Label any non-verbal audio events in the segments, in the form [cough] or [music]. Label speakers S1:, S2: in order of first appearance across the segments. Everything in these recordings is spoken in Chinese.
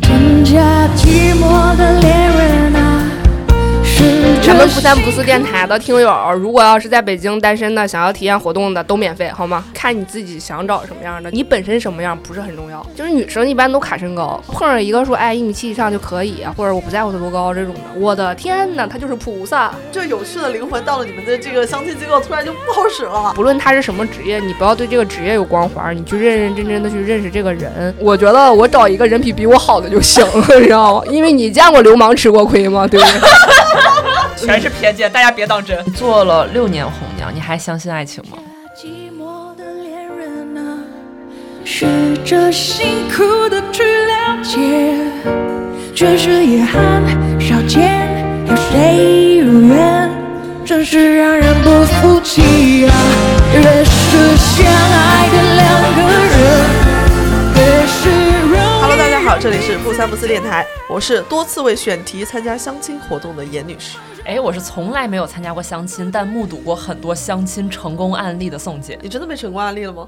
S1: 挣扎寂寞的恋人啊，试着
S2: 咱们不三不四电台的听友，如果要是在北京单身的，想要体验活动的都免费，好吗？看你自己想找什么样的，你本身什么样不是很重要。就是女生一般都卡身高，碰上一个说哎一米七以上就可以，或者我不在乎他多高这种的，我的天呐，他就是菩萨。
S3: 这有趣的灵魂到了你们的这个相亲机构，突然就不好使了。
S2: 不论他是什么职业，你不要对这个职业有光环，你去认认真真的去认识这个人。我觉得我找一个人品比我好的就行了， [laughs] 你知道吗？因为你见过流氓吃过亏吗？对不对？
S4: 全是偏见，大家别当真。
S5: 你做了六年红娘，你还相信爱情吗？
S1: 寂寞的恋人啊，试着辛苦的去了解，只是遗憾少见，有谁如愿？真是让人不服气啊！越是相爱的两个人，越是容易
S3: Hello，大家好，这里是不三不四电台，我是多次为选题参加相亲活动的严女士。
S5: 哎，我是从来没有参加过相亲，但目睹过很多相亲成功案例的宋姐。
S3: 你真的被成功案例了吗？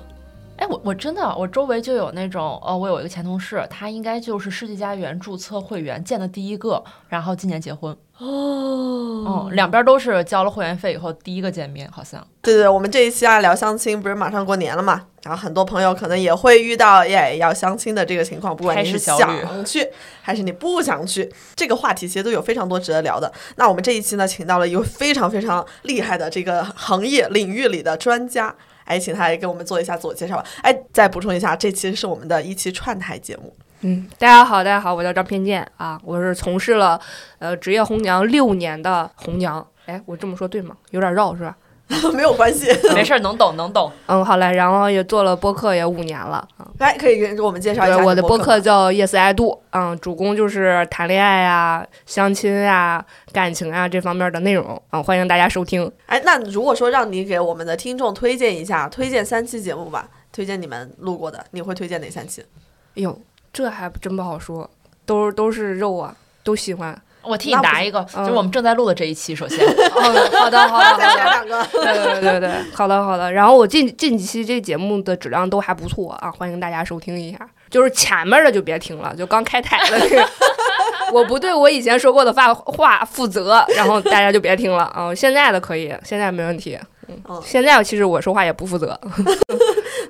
S4: 哎，我我真的我周围就有那种，呃，我有一个前同事，他应该就是世纪佳缘注册会员见的第一个，然后今年结婚。
S3: 哦，
S4: 嗯，两边都是交了会员费以后第一个见面，好
S5: [laughs]
S4: 像。
S3: 对对，我们这一期啊聊相亲，不是马上过年了嘛，然后很多朋友可能也会遇到耶要相亲的这个情况，不管你
S4: 开
S3: 是
S4: 始
S3: 想
S4: 焦虑
S3: 去还是你不想去，这个话题其实都有非常多值得聊的。那我们这一期呢，请到了一位非常非常厉害的这个行业领域里的专家。哎，请他来给我们做一下自我介绍吧。哎，再补充一下，这期是我们的一期串台节目。 [laughs]
S2: 嗯，大家好，大家好，我叫张偏见啊，我是从事了呃职业红娘六年的红娘。哎，我这么说对吗？有点绕是吧？
S3: 没有关系。 [laughs]
S4: 没事儿，能懂能懂。
S2: 嗯，好嘞，然后也做了播客也五年了啊。
S3: 来，可以给我们介绍一下
S2: 对，我
S3: 你
S2: 的
S3: 播
S2: 播
S3: 客
S2: 客
S3: 吗。
S2: 叫 Yes I Do，嗯，主攻就是谈恋爱呀、相亲呀、感情啊这方面的内容啊，欢迎大家收听。
S3: 哎，那如果说让你给我们的听众推荐一下，推荐三期节目吧，推荐你们录过的，你会推荐哪三期？
S2: 哎呦，这还真不好说，都都是肉啊，都喜欢。
S4: 我替你答一个，就是
S2: 嗯
S4: 我们正在录的这一期，首先，
S2: 哦，好的，
S3: [laughs]
S2: 好的，好
S3: 再
S2: 的 [laughs]
S3: 选。两个。
S2: 对对对对，好的好的。然后我近近几期这节目的质量都还不错啊，欢迎大家收听一下。就是前面的就别听了，就刚开台的
S3: [laughs]
S2: 这个，我不对我以前说过的话话负责，然后大家就别听了啊。现在的可以，现在没问题。
S3: 嗯
S2: 嗯，现在其实我说话也不负责。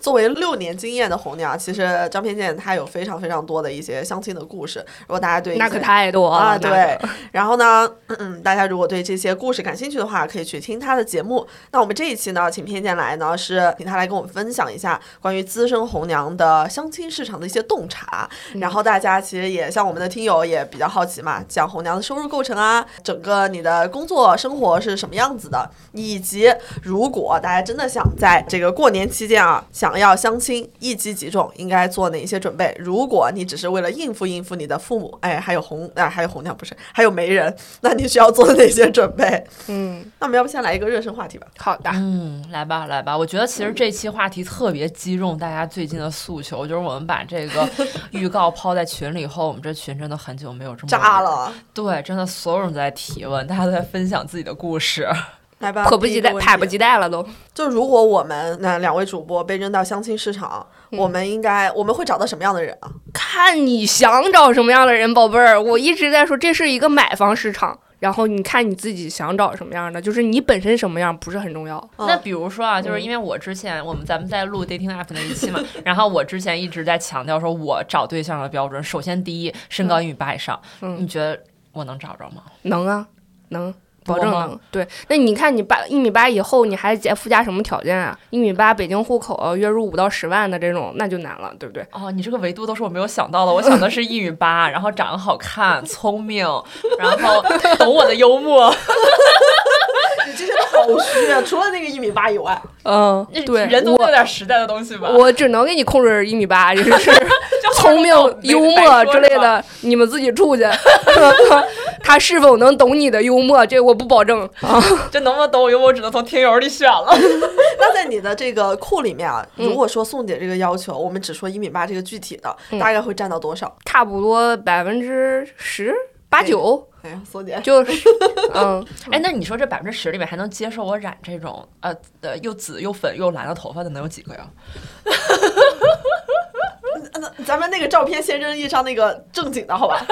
S3: 作为六年经验的红娘，其实张偏见她有非常非常多的一些相亲的故事。如果大家对一
S2: 那
S3: 些
S2: 可太多了
S3: 啊，
S2: 那
S3: 对
S2: 可。
S3: 然后呢，嗯嗯，大家如果对这些故事感兴趣的话，可以去听他的节目。那我们这一期呢，请偏见来呢，是请他来跟我们分享一下关于资深红娘的相亲市场的一些洞察。然后大家其实也像我们的听友也比较好奇嘛，讲红娘的收入构成啊，整个你的工作生活是什么样子的，以及如果大家真的想在这个过年期间啊，想要相亲一击即中，应该做哪一些准备？如果你只是为了应付应付你的父母，哎，还有红啊，还有红娘不是，还有媒人，那你需要做哪些准备？ [laughs]
S2: 嗯，
S3: 那我们要不先来一个热身话题吧？
S2: 好的。
S4: 嗯，来吧来吧，我觉得其实这期话题特别击中大家最近的诉求，就是我们把这
S3: [laughs]
S4: 个预告抛在群里以后，我们这群真的很久没有这么
S3: 炸。了，
S4: 对，真的所有人都在提问，大家都在分享自己的故事。
S3: 来吧，
S2: 迫不
S3: 第一
S2: 及
S3: 个
S2: 待，
S3: 问
S2: 迫
S3: 题啊
S2: 不及待了都。
S3: 就如果我们那两位主播被扔到相亲市场，
S2: 嗯
S3: 我们应该我们会找到什么样的人啊？
S2: 看你想找什么样的人，宝贝儿。我一直在说，这是一个买方市场。然后你看你自己想找什么样的，就是你本身什么样不是很重要。
S3: 嗯
S4: 那比如说啊，就是因为我之前我们咱们在录 dating app 那一
S3: [laughs]
S4: 期嘛，然后我之前一直在强调说，我找对象的标准，首先第一，身高一米八以上。
S2: 嗯
S4: 你觉得我能找着吗？
S2: 能啊，能，保
S4: 多
S2: 证
S4: 吗
S2: 能。对，那你看你八一米八以后，你还加附加什么条件啊？一米八，北京户口，呃月入五到十万的这种，那就难了，对不对？
S4: 哦，你这个维度都是我没有想到的。我想的是一米八，然后长得好 [laughs] 看、聪明，然后懂我的幽默。
S3: 你这些都好虚啊！除了那个一米八以外，
S2: 嗯，对，
S4: 人总
S2: 我
S4: 有点时代的东西吧。
S2: 我只能给你控制一米八，就是
S4: [laughs] 就好
S2: 聪
S4: 像
S2: 明
S4: 到没、
S2: 幽
S4: 白
S2: 默
S4: 说
S2: 之类
S4: 是吧
S2: 的，你们自己处去。 [laughs] 他是否能懂你的幽默，这我不保证啊。
S4: 这能不能懂我？因为我只能从听友里选了。
S3: [laughs] 那在你的这个库里面啊，
S2: 嗯
S3: 如果说宋姐这个要求，我们只说一米八这个具体的，
S2: 嗯
S3: 大概会占到多少？
S2: 差不多百分之十八九，
S3: 哎呀，宋姐，
S2: 就是
S4: [laughs]
S2: 嗯，
S4: [laughs] 哎，那你说这百分之十里面还能接受我染这种呃呃又紫又粉又蓝的头发的能有几个呀？
S3: 咱们那个照片先扔一张那个正经的好
S2: [laughs]
S3: 吧？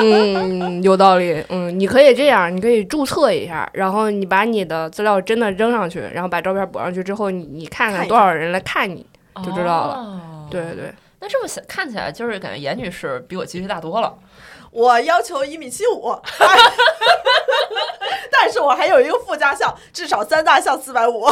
S2: 嗯，有道理。嗯，你可以这样，你可以注册一下，然后你把你的资料真的扔上去，然后把照片补上去之后，你你看
S3: 看一
S2: 看多少人来看你。
S4: 哦
S2: 就知道了
S4: 了
S2: 对对对，
S4: 那这么想看起来，就是感觉严女士比我积蓄大多 [laughs] 了。
S3: 我要求一米七
S2: [laughs]
S3: 五，但是我还有一个附加项，至少三大项四百五。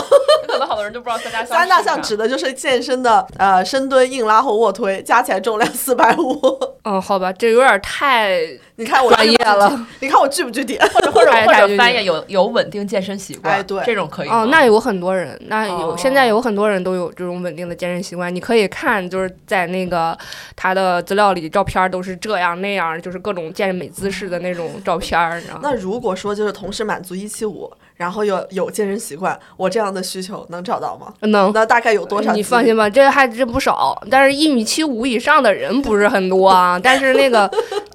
S4: 可能好多人就不知道三大项。
S3: 三大项指的就是健身的呃深蹲、硬拉和卧推，加起来重量四百五。
S2: 嗯，好吧，这有点太
S3: 你看我
S2: 专业
S3: 具不具
S2: 了。
S3: 你看我具不具体？
S4: 或 [laughs] 者或者
S2: 哎
S4: 或
S2: 大家
S4: 者
S2: 就
S4: 翻
S2: 是
S4: 译有有稳定健身习惯，
S3: 哎对
S4: 这种可以吗
S2: 哦，那有很多人，那有、
S4: 哦
S2: 现在有很多人都有这种稳定的健身习惯。你可以看，就是在那个他的资料里，照片都是这样那样，就是各种健美姿势的那种照片儿，你知道吗？
S3: 那如果说就是同时满足一七五，然后有有健身习惯，我这样的需求能找到吗？
S2: 能，
S3: 那大概有多少？
S2: 你放心，吧，这还真不少。但是，一米七五以上的人不是很多啊，但是那个，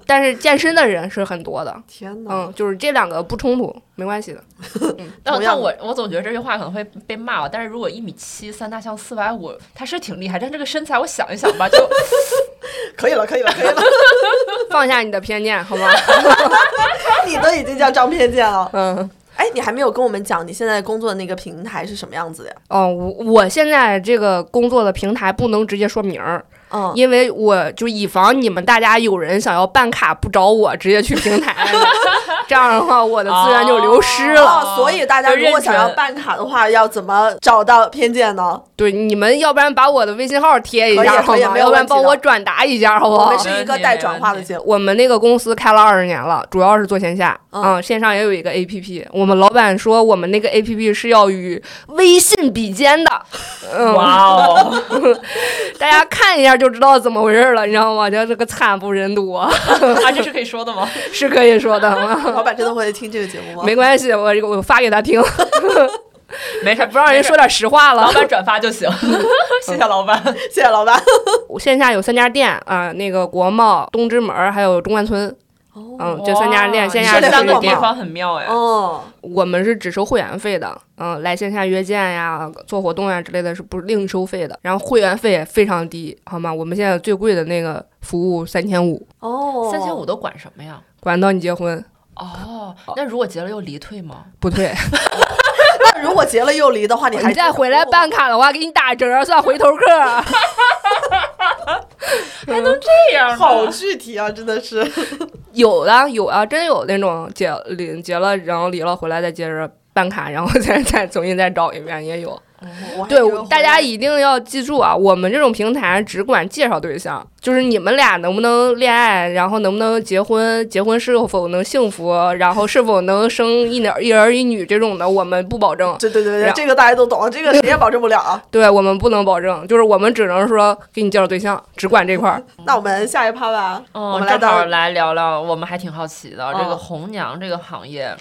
S2: 但是健身的人是很多的。
S3: 天哪！
S2: 嗯，就是这两个不冲突，没关系的。
S4: 但
S3: 同样
S4: 但我我总觉得这句话可能会被骂啊吧。但是如果一米七三大项四百五，他是挺厉害，但这个身材我想一想吧，就 [laughs]
S3: 可以了，可以了，可以
S2: [laughs]
S3: 了，
S2: 放下你的偏见，好吗？
S3: 你都已经叫张偏见了。
S2: 嗯。
S3: 哎，你还没有跟我们讲你现在工作的那个平台是什么样子的呀？
S2: 哦，我我现在这个工作的平台不能直接说名儿，
S3: 嗯，
S2: 因为我就以防你们大家有人想要办卡不找我，直接去平
S3: [laughs]
S2: 台，这样的话我的资源就流失了。
S3: 哦，所以大家
S4: 就
S3: 如果
S4: 认
S3: 想要
S4: 准
S3: 办卡的话，要怎么找到偏见呢？
S2: 对，你们要不然把我的微信号贴一
S3: 可以啊
S2: 下好
S3: 可以
S2: 吗？
S3: 没有
S2: 要不然
S3: 问题
S2: 帮我
S3: 的
S2: 转达一下好不
S3: 我
S2: 好
S3: 们？是一个带转化的节目。
S2: 我们那个公司开了二十年了，主要是做线下，
S3: 嗯
S2: 嗯，线上也有一个 APP。我们老板说我们那个 APP 是要与微信比肩的，嗯，
S4: 哇哦，
S2: 大家看一下就知道怎么回事了，你知道吗？就这个惨不忍睹，啊，
S4: 啊，这是可以说的
S2: [laughs]
S4: 吗？
S2: 是可以
S3: [laughs]
S2: 说的。嗯
S3: 老板真的会听这个节目吗？
S2: 没关系，我我发给他听，
S4: 没事，
S2: 不让人说点实话了
S4: 老。板转发就行， [laughs] 谢谢老板。
S3: 谢谢老板。
S2: 我 [laughs] 线下有三家店啊、那个国贸、东直门还有中关村，嗯，这三家店
S4: 哇
S2: 线
S4: 你
S2: 下
S3: 是
S4: 这
S2: 有
S4: 三
S2: 三
S4: 个
S2: 个
S4: 地
S2: 店
S3: 广，告
S4: 方很妙哎。
S3: 哦，
S2: 我们是只收会员费的，嗯，来线下约见呀、做活动呀之类的是不另收费的，然后会员费也非常低，好吗？我们现在最贵的那个服务三千五，
S3: 哦，
S4: 三千五都管什么呀？
S2: 管到你结婚
S4: 哦，那如果结了又离退吗？
S2: 不退，
S3: 那如果结了又离的
S2: [laughs]
S3: 话，你还
S2: 你再回来办卡的话，给你打折算回头客。啊
S4: 这样
S3: 好具体啊，真的是。
S2: [laughs] 有的有啊，真有那种结离结了，然后离了回来再接着办卡，然后再再重新再找一遍也有。
S3: 我还
S2: 对
S3: 以为，
S2: 大
S3: 回
S2: 家
S3: 来
S2: 一定要记住啊，我们这种平台只管介绍对象，就是你们俩能不能恋爱，然后能不能结婚，结婚是否能幸福，然后是否能生一男一儿一女这种的，我们不保证。
S3: 对对对
S2: 然
S3: 对，
S2: 后
S3: 这个大家都懂，啊这个谁也保证不了啊。
S2: 对我们不能保证，就是我们只能说给你介绍对象，只管这块儿。
S3: 那我们下一趴吧，我
S4: 嗯，
S3: 们来
S4: 正好
S3: 到
S4: 来聊聊，我们还挺好奇的，这个
S3: 嗯
S4: 红娘这个行业。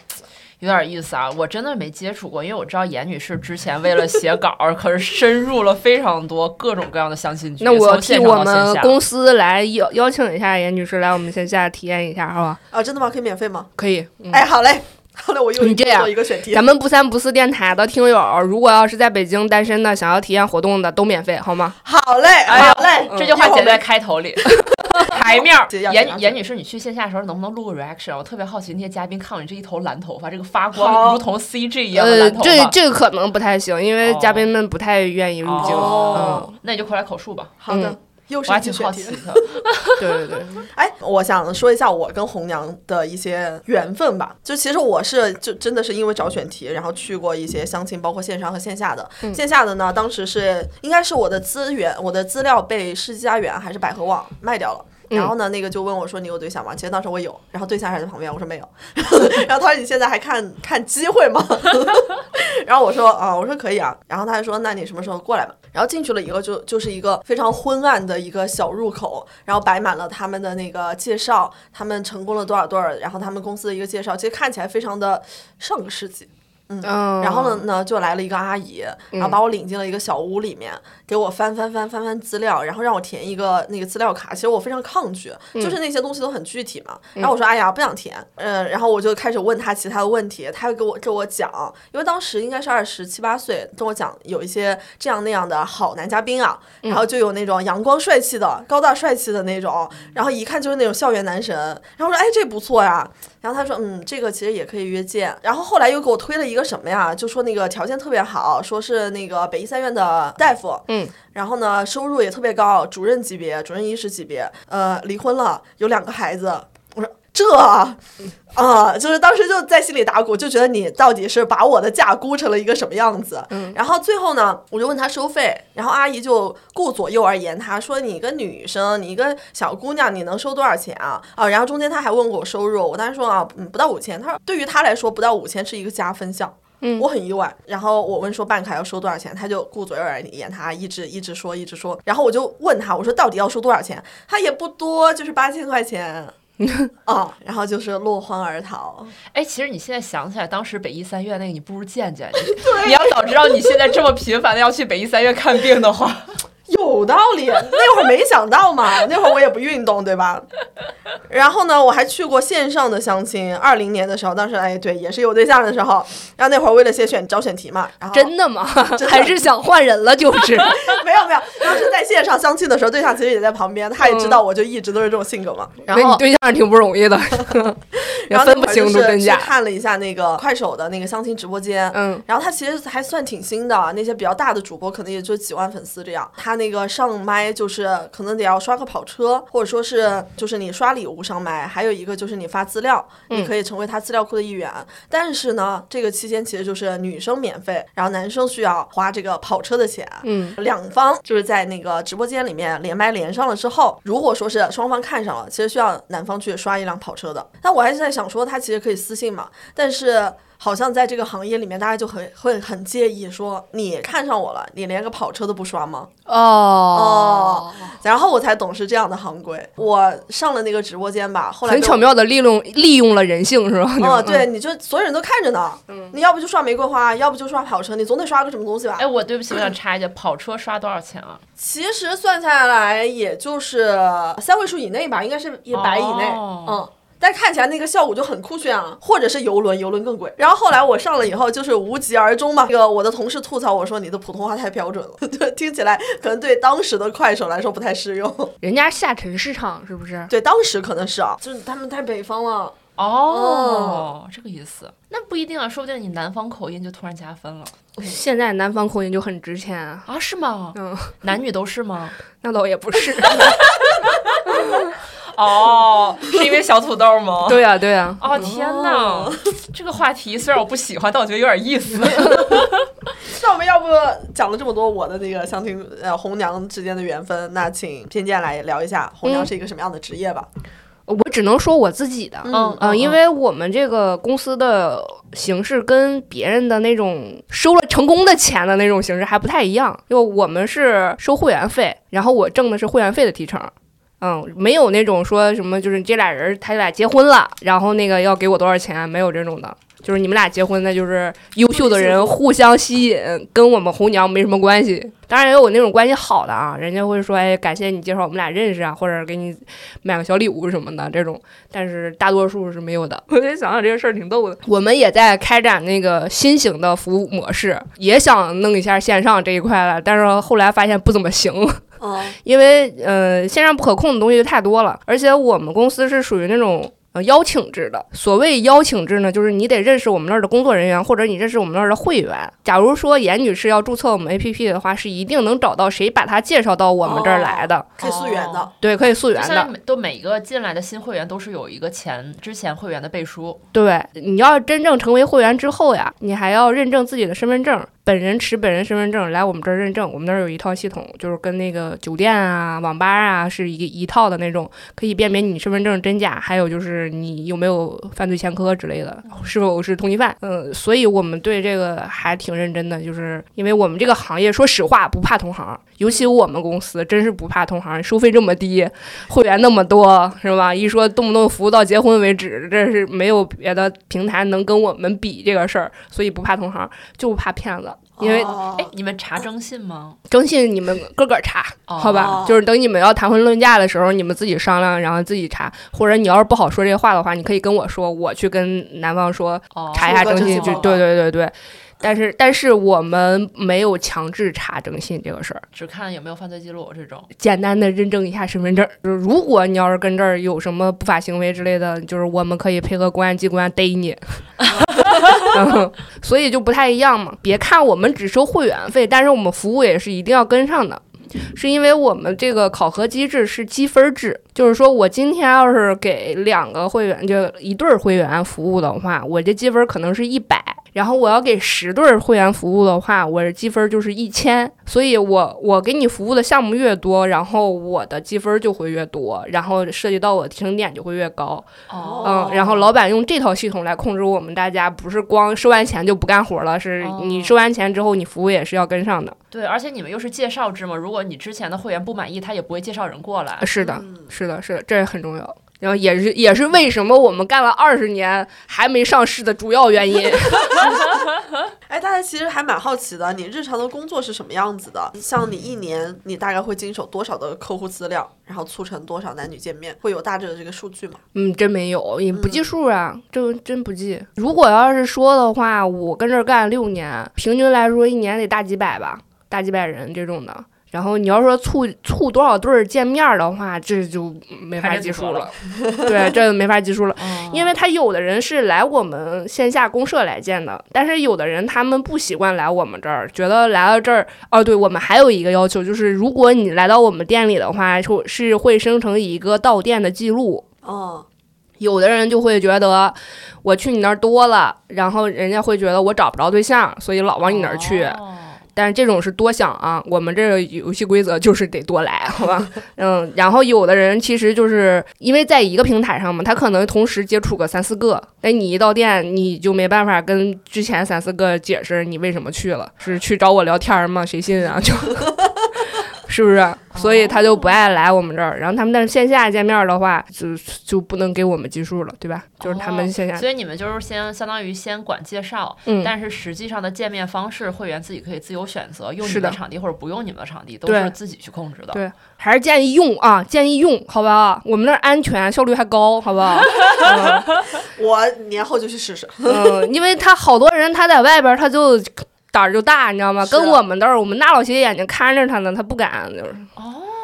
S4: 有点意思啊，我真的没接触过，因为我知道严女士之前为了写稿儿， [laughs] 可是深入了非常多各种各样的相亲局，
S2: 那我
S4: 从
S2: 替
S4: 线
S2: 我
S4: 上到线
S2: 们
S4: 下。
S2: 公司来邀邀请一下严女士来我们线下体验一下，好吧？
S3: 啊，真的吗？可以免费吗？
S2: 可以。嗯、
S3: 哎，好嘞，好嘞，我又
S2: 你这样
S3: 做一个选题
S2: 咱。们不三不四电台的听友，如果要是在北京单身的，想要体验活动的，都免费，好吗？
S3: 好嘞，
S4: 哎呀
S3: 好嘞，
S4: 这句话
S3: 好
S4: 写在
S3: 嘞。
S4: 开头里， [laughs] 台面儿。
S3: [laughs] 这样这样
S4: 严
S3: 这样
S4: 严女士，你去线下的时候能不能录个 reaction？我特别好奇那些嘉宾看到你这一头蓝头发，这个发
S3: 好
S4: 光如同 CG 一样的
S2: 呃，
S4: 蓝头发，
S2: 这这个可能不太行，因为
S4: 哦
S2: 嘉宾们不太愿意入境。
S4: 哦，那你就快来口述吧，
S3: 好的
S2: 嗯，
S3: 又
S4: 我
S3: 是
S4: 还
S3: 一句
S4: 挺好
S3: 选
S4: 奇
S3: 题。
S4: 的。
S2: 对嗯对对，
S3: 哎，我想说一下我跟红娘的一些缘分吧。就其实我是就真的是因为找选题，然后去过一些相亲，包括线上和线下的。线下的呢，当时是应该是我的资源，我的资料被世纪佳缘还是百合网卖掉了。然后呢，那个就问我说：“你有对象吗？”其实当时我有，然后对象还在旁边，我说没有。 [laughs] 然后他说：“你现在还看看机会吗？”然后我说：“啊，我说可以啊。”然后他就说：“那你什么时候过来吧？”然后进去了以后就，就是一个非常昏暗的一个小入口，然后摆满了他们的那个介绍，他们成功了多少对儿，然后他们公司的一个介绍，其实看起来非常的上个世纪。
S2: 嗯，
S3: 然后呢呢，就来了一个阿姨，然后把我领进了一个小屋里面，给我翻翻翻翻翻资料，然后让我填一个那个资料卡。其实我非常抗拒，就是那些东西都很具体嘛。然后我说：“哎呀，不想填。”嗯，然后我就开始问他其他的问题，他又给我给我讲，因为当时应该是二十七八岁，跟我讲有一些这样那样的好男嘉宾啊，然后就有那种阳光帅气的、高大帅气的那种，然后一看就是那种校园男神。然后我说：“哎，这不错呀。”然后他说，嗯，这个其实也可以约见。然后后来又给我推了一个什么呀？就说那个条件特别好，说是那个北医三院的大夫，
S2: 嗯，
S3: 然后呢收入也特别高，主任级别，主任医师级别，呃，离婚了，有两个孩子。我说这啊、就是当时就在心里打鼓，就觉得你到底是把我的价估成了一个什么样子。嗯，然后最后呢，我就问他收费，然后阿姨就顾左右而言他，说你一个女生，你一个小姑娘，你能收多少钱啊？啊，然后中间他还问过我收入，我当时说啊，嗯，不到五千。他说对于他来说，不到五千是一个加分项。
S2: 嗯
S3: 我很意外。然后我问说办卡要收多少钱，他就顾左右而言他，一直一直说一直说。然后我就问他，我说到底要收多少钱？他也不多，就是八千块钱。哦，然后就是落荒而逃。
S4: 哎，其实你现在想起来，当时北医三院那个，你不如见见你。你要早知道你现在这么频繁的要去北医三院看病的话，
S3: 有道理，那会儿没想到 [laughs] 嘛，那会儿我也不运动，对吧？然后呢，我还去过线上的相亲，二零年的时候，当时哎，对，也是有对象的时候。然后那会儿为了写选找选题嘛，然后
S2: 真的吗？
S3: 的
S2: 还是想换人了？就是，
S3: [laughs] 没有没有，当时在线上相亲的时候，对象其实也在旁边，他也知道我就一直都是这种性格嘛。然
S2: 那你
S3: 后
S2: 对象挺不
S3: [laughs]
S2: 容易的，也
S3: 然后那
S2: 分不
S3: 会儿就
S2: 清
S3: 是
S2: 楚真
S3: 去
S2: 假。
S3: 看了一下那个快手的那个相亲直播间，
S2: 嗯
S3: 然后他其实还算挺新的，那些比较大的主播可能也就几万粉丝这样。他那个上麦就是可能得要刷个跑车，或者说是就是你刷礼物上麦，还有一个就是你发资料，
S2: 嗯
S3: 你可以成为他资料库的一员。但是呢，这个期间其实就是女生免费，然后男生需要花这个跑车的钱。
S2: 嗯，
S3: 两方就是在那个直播间里面连麦连上了之后，如果说是双方看上了，其实需要男方去刷一辆跑车的。那我还是在想说，他其实可以私信嘛，但是好像在这个行业里面，大家就很会很介意说你看上我了，你连个跑车都不刷吗？
S2: 哦，
S3: 然后我才懂是这样的行规。我上了那个直播间吧，后来
S2: 很
S3: 就
S2: 巧。妙的利用利用了人性是吧？嗯
S3: 哦，对，你就所有人都看着呢，你要不就刷玫瑰花，要不就刷跑车，你总得刷个什么东西吧
S4: 哎，？我对不起，我想插一句，跑车刷多少钱啊？
S3: 其实算下来也就是三位数以内吧，应该是一百以内，
S4: 哦
S3: 嗯。但看起来那个效果就很酷炫啊，或者是游轮，游轮更贵。然后后来我上了以后，就是无疾而终嘛。那个我的同事吐槽我说你的普通话太标准了， [laughs] 就听起来可能对当时的快手来说不太适用。
S2: 人家下沉市场是不是？
S3: 对，当时可能是啊，就是他们太北方了。
S4: 哦，这个意思。那不一定啊，说不定你南方口音就突然加分了
S3: 嗯
S2: 现在南方口音就很值钱啊。
S4: 啊？是吗？
S2: 嗯，
S4: 男女都是吗？
S2: 那倒也
S3: [laughs]
S2: 不是。
S4: 哦，是因为小土豆吗？
S2: [laughs] 对啊呀、对呀、
S4: 哦天哪，这个话题虽然我不喜欢，但我觉得有点意思。
S3: 那我们要不讲了这么多我的那个相亲呃红娘之间的缘分，那请偏见来聊一下红娘
S2: 嗯
S3: 是一个什么样的职业吧？
S2: 我只能说我自己的。
S4: 嗯
S2: 呃，因为我们这个公司的形式跟别人的那种收了成功的钱的那种形式还不太一样，就我们是收会员费，然后我挣的是会员费的提成。嗯，没有那种说什么就是这俩人他俩结婚了，然后那个要给我多少钱，没有这种的。就是你们俩结婚，那就是优秀的人互相吸引，跟我们红娘没什么关系。当然也有那种关系好的啊，人家会说，哎，感谢你介绍我们俩认识啊，或者给你买个小礼物什么的这种。但是大多数是没有的。 [laughs] 我就想想这个事儿挺逗的。我们也在开展那个新型的服务模式，也想弄一下线上这一块了，但是后来发现不怎么行， [laughs]
S3: 嗯，
S2: 因为呃线上不可控的东西太多了，而且我们公司是属于那种。呃，邀请制的，所谓邀请制呢，就是你得认识我们那儿的工作人员，或者你认识我们那儿的会员。假如说严女士要注册我们 APP 的话，是一定能找到谁把她介绍到我们这儿来的，
S3: 可以溯源的。
S4: 哦
S2: 对，可以溯
S4: 就
S2: 源
S4: 相
S2: 的
S4: 当。于每都每个进来的新会员都是有一个前之前会员的背书，
S2: 对，你要真正成为会员之后呀，你还要认证自己的身份证，本人持本人身份证来我们这儿认证，我们那儿有一套系统，就是跟那个酒店啊、网吧啊是一一套的那种，可以辨别你身份证真假，还有就是你有没有犯罪前科之类的，是否是通缉犯。嗯，所以我们对这个还挺认真的，就是因为我们这个行业，说实话不怕同行，尤其我们公司真是不怕同行，收费这么低，会员那么多，是吧？一说动不动服务到结婚为止，这是没有别的平台能跟我们比这个事儿，所以不怕同行，就怕骗子。因为
S3: 哦
S4: 哎，你们查征信吗？
S2: 征信你们个个查，
S4: 哦
S2: 好吧？就是等你们要谈婚论嫁的时候，你们自己商量，然后自己查。或者你要是不好说这话的话，你可以跟我说，我去跟男方说，
S4: 哦，
S2: 查一下征
S3: 出个
S2: 信
S3: 征信
S2: 就
S3: 报告
S2: 对对对对。但是但是我们没有强制查征信这个事儿，
S4: 只看有没有犯罪记录这种。
S2: 简单的认证一下身份证。就是如果你要是跟这儿有什么不法行为之类的，就是我们可以配合公安机关逮你。 [laughs] 嗯所以就不太一样嘛。别看我们只收会员费，但是我们服务也是一定要跟上的。是因为我们这个考核机制是积分制，就是说我今天要是给两个会员，就一对儿会员服务的话，我这积分可能是一百；然后我要给十对儿会员服务的话，我的积分就是一千。所以我我给你服务的项目越多，然后我的积分就会越多，然后涉及到我的提成点就会越高。
S3: 哦
S2: 嗯，然后老板用这套系统来控制我们大家，不是光收完钱就不干活了，是
S4: 哦
S2: 你收完钱之后，你服务也是要跟上的。
S4: 对，而且你们又是介绍制嘛，如果你之前的会员不满意，他也不会介绍人过来。
S2: 呃是的，
S3: 嗯
S2: 是的，是的，这很重要。然后也是也是为什么我们干了二十年还没上市的主要原 [laughs] 因。
S3: 哎，大家其实还蛮好奇的，你日常的工作是什么样子的？像你一年，你大概会经手多少的客户资料，然后促成多少男女见面，会有大致的这个数据吗？
S2: 嗯，真没有，也不计数啊，这真不计。如果要是说的话，我跟这儿干六年，平均来说一年得大几百吧，大几百人这种的。然后你要说促促多少对儿见面儿的话，这就没法
S4: 排列
S2: 计
S4: 组
S2: 数
S4: 合
S2: 了。对，这没法计数了。
S4: 哦
S2: 呃因为他有的人是来我们线下公社来见的，但是有的人他们不习惯来我们这儿，觉得来到这儿，哦，对我们还有一个要求就是，如果你来到我们店里的话，就是会生成一个到店的记录，
S3: 哦，
S2: 有的人就会觉得我去你那儿多了，然后人家会觉得我找不着对象，所以老往你那儿去。
S4: 哦
S2: 但是这种是多想啊，我们这个游戏规则就是得多来，好吧？嗯，然后有的人其实就是因为在一个平台上嘛，他可能同时接触个三四个，哎，你一到店你就没办法跟之前三四个解释你为什么去了，是去找我聊天儿吗？谁信啊？就。 [laughs] 是不是？所以他就不爱来我们这儿。然后他们但是线下见面的话，就就不能给我们计数了，对吧？就是他们线下，
S4: 所以你们就是先相当于先管介绍，
S2: 嗯，
S4: 但是实际上的见面方式，会员自己可以自由选择，用你
S2: 是
S4: 们
S2: 的
S4: 的场地或者不用你们的场地，都
S2: 对
S4: 是自己去控制的。
S2: 对还是建议用啊，建议用，好吧？我们那儿安全，效率还高，好不好？嗯
S3: 我年后就去试试。
S2: 嗯，因为他好多人他在外边儿他就胆儿就大，你知道吗？
S3: 是
S2: 跟我们这儿，我们那老斜眼睛看着他呢，他不敢，就是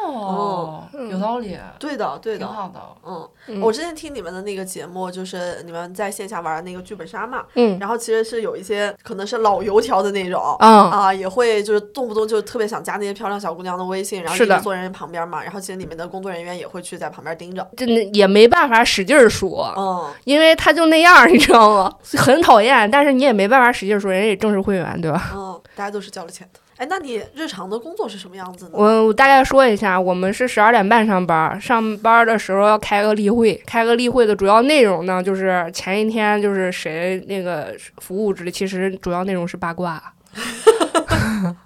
S4: 哦，有道理，
S3: 对的，对
S4: 挺
S3: 的。
S4: 好的。
S3: 嗯，
S2: 嗯
S3: 我之前听你们的那个节目，就是你们在线下玩的那个剧本杀嘛，
S2: 嗯
S3: 然后其实是有一些可能是老油条的那种，
S2: 啊、
S3: 啊，也会就是动不动就特别想加那些漂亮小姑娘的微信，然后
S2: 是
S3: 一
S2: 的
S3: 直坐人家旁边嘛。然后其实你们的工作人员也会去在旁边盯着。
S2: 真的也没办法使劲儿说，
S3: 嗯，
S2: 因为他就那样儿，你知道吗？很讨厌，但是你也没办法使劲儿说，人家也正式会员，对吧？
S3: 嗯，大家都是交了钱的。哎，那你日常的工作是什么样子呢？
S2: 我我大概说一下，我们是十二点半上班，上班的时候要开个例会，开个例会的主要内容呢，就是前一天就是谁那个服务之类，其实主要内容是八
S3: [laughs]
S2: 卦。 [laughs]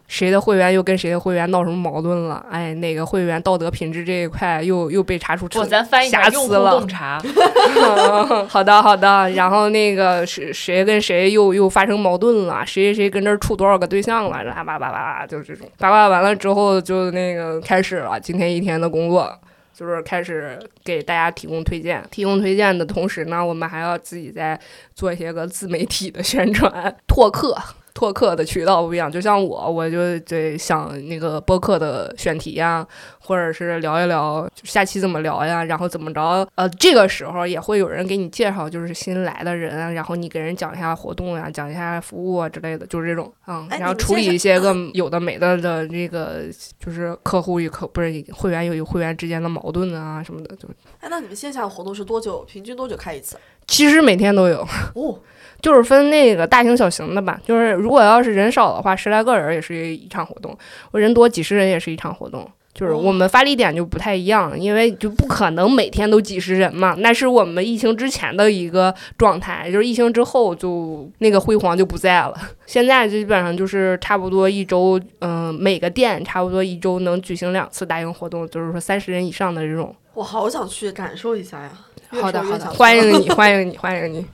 S2: 谁的会员又跟谁的会员闹什么矛盾了？哎，哪个会员道德品质这一块又又被查出
S4: 不，
S2: 错
S4: 咱翻译一下
S2: 瑕
S4: 用户
S2: 疵了
S4: 洞察。
S2: 嗯 [laughs] 好的，好的。然后那个谁谁跟谁又又发生矛盾了，谁谁谁跟这儿处多少个对象了，啦叭叭叭叭，就是这种。八卦完了之后，就那个开始了今天一天的工作，就是开始给大家提供推荐。提供推荐的同时呢，我们还要自己再做一些个自媒体的宣传，拓客。拓客的渠道不一样，就像我，我就得想那个播客的选题呀、或者是聊一聊就下期怎么聊呀，然后怎么着，呃，这个时候也会有人给你介绍，就是新来的人啊，然后你给人讲一下活动呀、讲一下服务啊之类的，就是这种，嗯，
S3: 哎
S2: 然后
S3: 你们
S2: 处理
S3: 介绍
S2: 一
S3: [clears throat]
S2: 些个有的没的的这个，就是客户与客不是会员与会员之间的矛盾啊什么的，就
S3: 哎，那你们线下的活动是多久？平均多久开一次？
S2: 其实每天都有，
S3: 哦，
S2: 就是分那个大型小型的吧，就是如果要是人少的话，十来个人也是一场活动，我人多几十人也是一场活动。就是我们发力点就不太一样，因为就不可能每天都几十人嘛，那是我们疫情之前的一个状态，就是疫情之后就那个辉煌就不在了。 [laughs] 现在基本上就是差不多一周，嗯、每个店差不多一周能举行两次大型活动，就是说三十人以上的这种。
S3: 我好想去感受一下呀！越
S2: 好的，
S3: 说越
S2: 好的，
S3: 想去？
S2: 欢 [laughs] 迎你，欢迎你，欢迎你。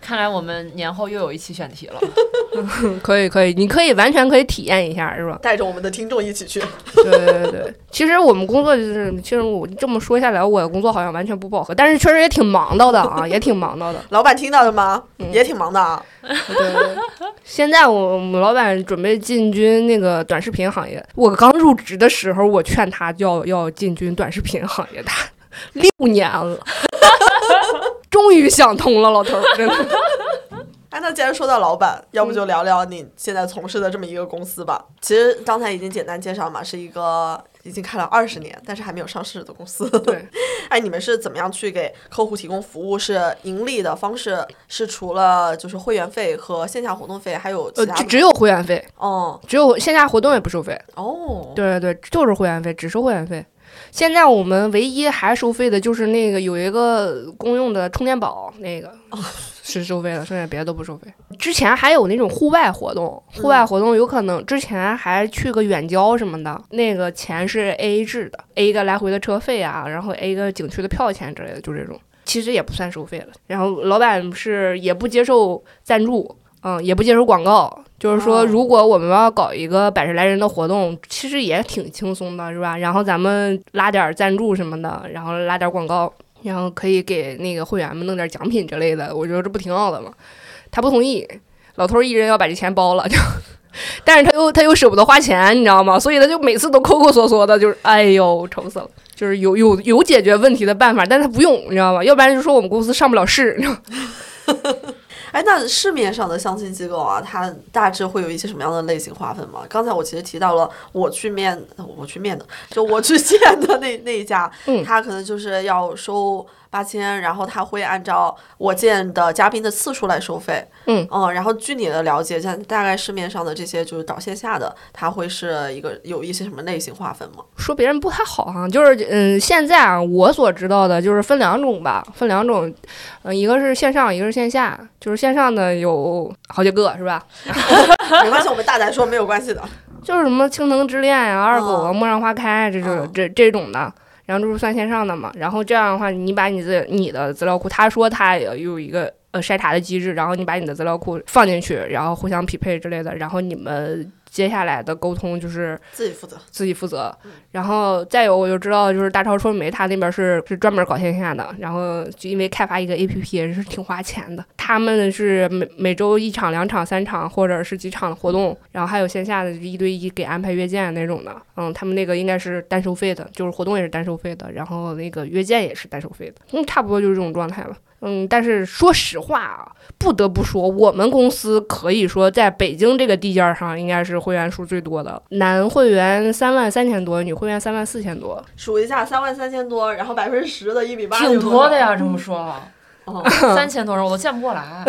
S4: 看来我们年后又有一期选题了。
S2: 嗯可以，可以，你可以完全可以体验一下，是吧
S3: [laughs] 带着我们的听众一起去。
S2: [laughs] 对对对。其实我们工作就是，其实我这么说下来，我的工作好像完全不饱和，但是确实也挺忙到的啊， [laughs] 也挺忙到的。
S3: 老板听到了吗？
S2: 嗯
S3: 也挺忙的啊。
S2: 对对对。现在我我们老板准备进军那个短视频行业，我刚入职的时候，我劝他要要进军短视频行业，他 [laughs] 六年了， [laughs] 终于想通了，老头儿真的。
S3: 哎，那既然说到老板，要不就聊聊你现在从事的这么一个公司吧。其实刚才已经简单介绍嘛，是一个已经开了二十年，但是还没有上市的公司。
S2: 对，
S3: [laughs] 哎，你们是怎么样去给客户提供服务？是盈利的方式？是除了就是会员费和线下活动费，还有其
S2: 呃，
S3: 他
S2: 只
S3: 的
S2: 只有会员费，
S3: 哦
S2: 只有线下活动也不收费。
S3: 哦，
S2: 对对对，就是会员费，只收会员费。现在我们唯一还收费的就是那个有一个公用的充电宝，那个是收费的，剩下别的都不收费。之前还有那种户外活动，户外活动有可能之前还去个远郊什么的，那个钱是 A A 制的，A 个来回的车费啊，然后 A 个景区的票钱之类的，就这种，其实也不算收费了。然后老板是也不接受赞助，嗯，也不接受广告。就是
S3: 哦
S2: 说，如果我们要搞一个百十来人的活动，其实也挺轻松的，是吧？然后咱们拉点儿赞助什么的，然后拉点儿广告，然后可以给那个会员们弄点儿奖品之类的，我觉得这不挺好的吗？他不同意，老头儿一人要把这钱包了，就， [laughs] 但是他又他又舍不得花钱，你知道吗？所以他就每次都抠抠缩缩的，就是哎呦，愁死了。就是有有有解决问题的办法，但是他不用，你知道吗？要不然就说我们公司上不了市，你知道吗
S3: 哎，那市面上的相亲机构啊，它大致会有一些什么样的类型划分吗？刚才我其实提到了我去面，我去面的，就我去见的那那一家，
S2: 嗯
S3: 他可能就是要收八千，然后他会按照我见的嘉宾的次数来收费。
S2: 嗯
S3: 然后据你的了解，像大概市面上的这些就是导线下的，它会是一个有一些什么类型划分
S4: [laughs]
S3: 吗？
S2: 说别人不太好哈、就是嗯，现在啊，我所知道的就是分两种吧，分两种，嗯、一个是线上，一个是线下，就是线上的有好几个是吧？
S3: 没关系，我们大胆说没有关系的。
S2: 就是什么青藤之恋呀、二狗啊、
S3: 嗯
S2: 陌上花开啊，这种、
S3: 嗯
S2: 这这种的。然后就是算线上的嘛，然后这样的话，你把你的你的资料库，他说他也有一个呃筛查的机制，然后你把你的资料库放进去，然后互相匹配之类的，然后你们接下来的沟通就是
S3: 自己负责。
S2: 自己负责。然后再有我就知道，就是大超说媒他那边是是专门搞线下的，然后就因为开发一个 APP 也是挺花钱的，他们是每每周一场、两场、三场或者是几场的活动，然后还有线下的一对一给安排约见那种的。嗯，他们那个应该是单收费的，就是活动也是单收费的，然后那个约见也是单收费的，嗯，差不多就是这种状态吧。嗯，但是说实话啊，不得不说，我们公司可以说在北京这个地界儿上，应该是会员数最多的，男会员三万三千多，女会员三万四千多。
S3: 数一下，三万三千多，然后百分之十的一比八，
S4: 挺多的。呀，这么说，啊
S3: 哦，
S4: [laughs] 三千多人我都见不过来。啊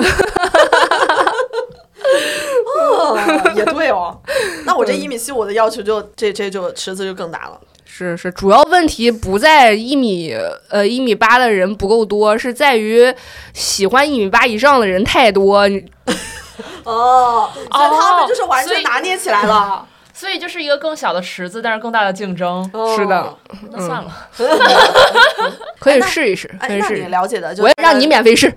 S3: 哦也对哦，那
S2: 嗯
S3: 我这一米七五的要求就这这就池子就更大了。
S2: 是是，主要问题不在一米呃一米八的人不够多，是在于喜欢一米八以上的人太多。你
S3: 哦，所以他们就是完
S2: 哦
S4: 所
S3: 全
S4: 以
S3: 拿捏起来了。
S4: 所以就是一个更小的池子，但是更大的竞争。
S3: 哦
S2: [laughs] 是的，
S4: 那算了，
S2: 可以
S3: 那
S2: 试一试，可
S3: 哎，
S2: 以
S3: 那
S2: 试一
S3: 你
S2: 试。
S3: 了解的就
S2: 我
S3: 是
S2: 也让你。免费试。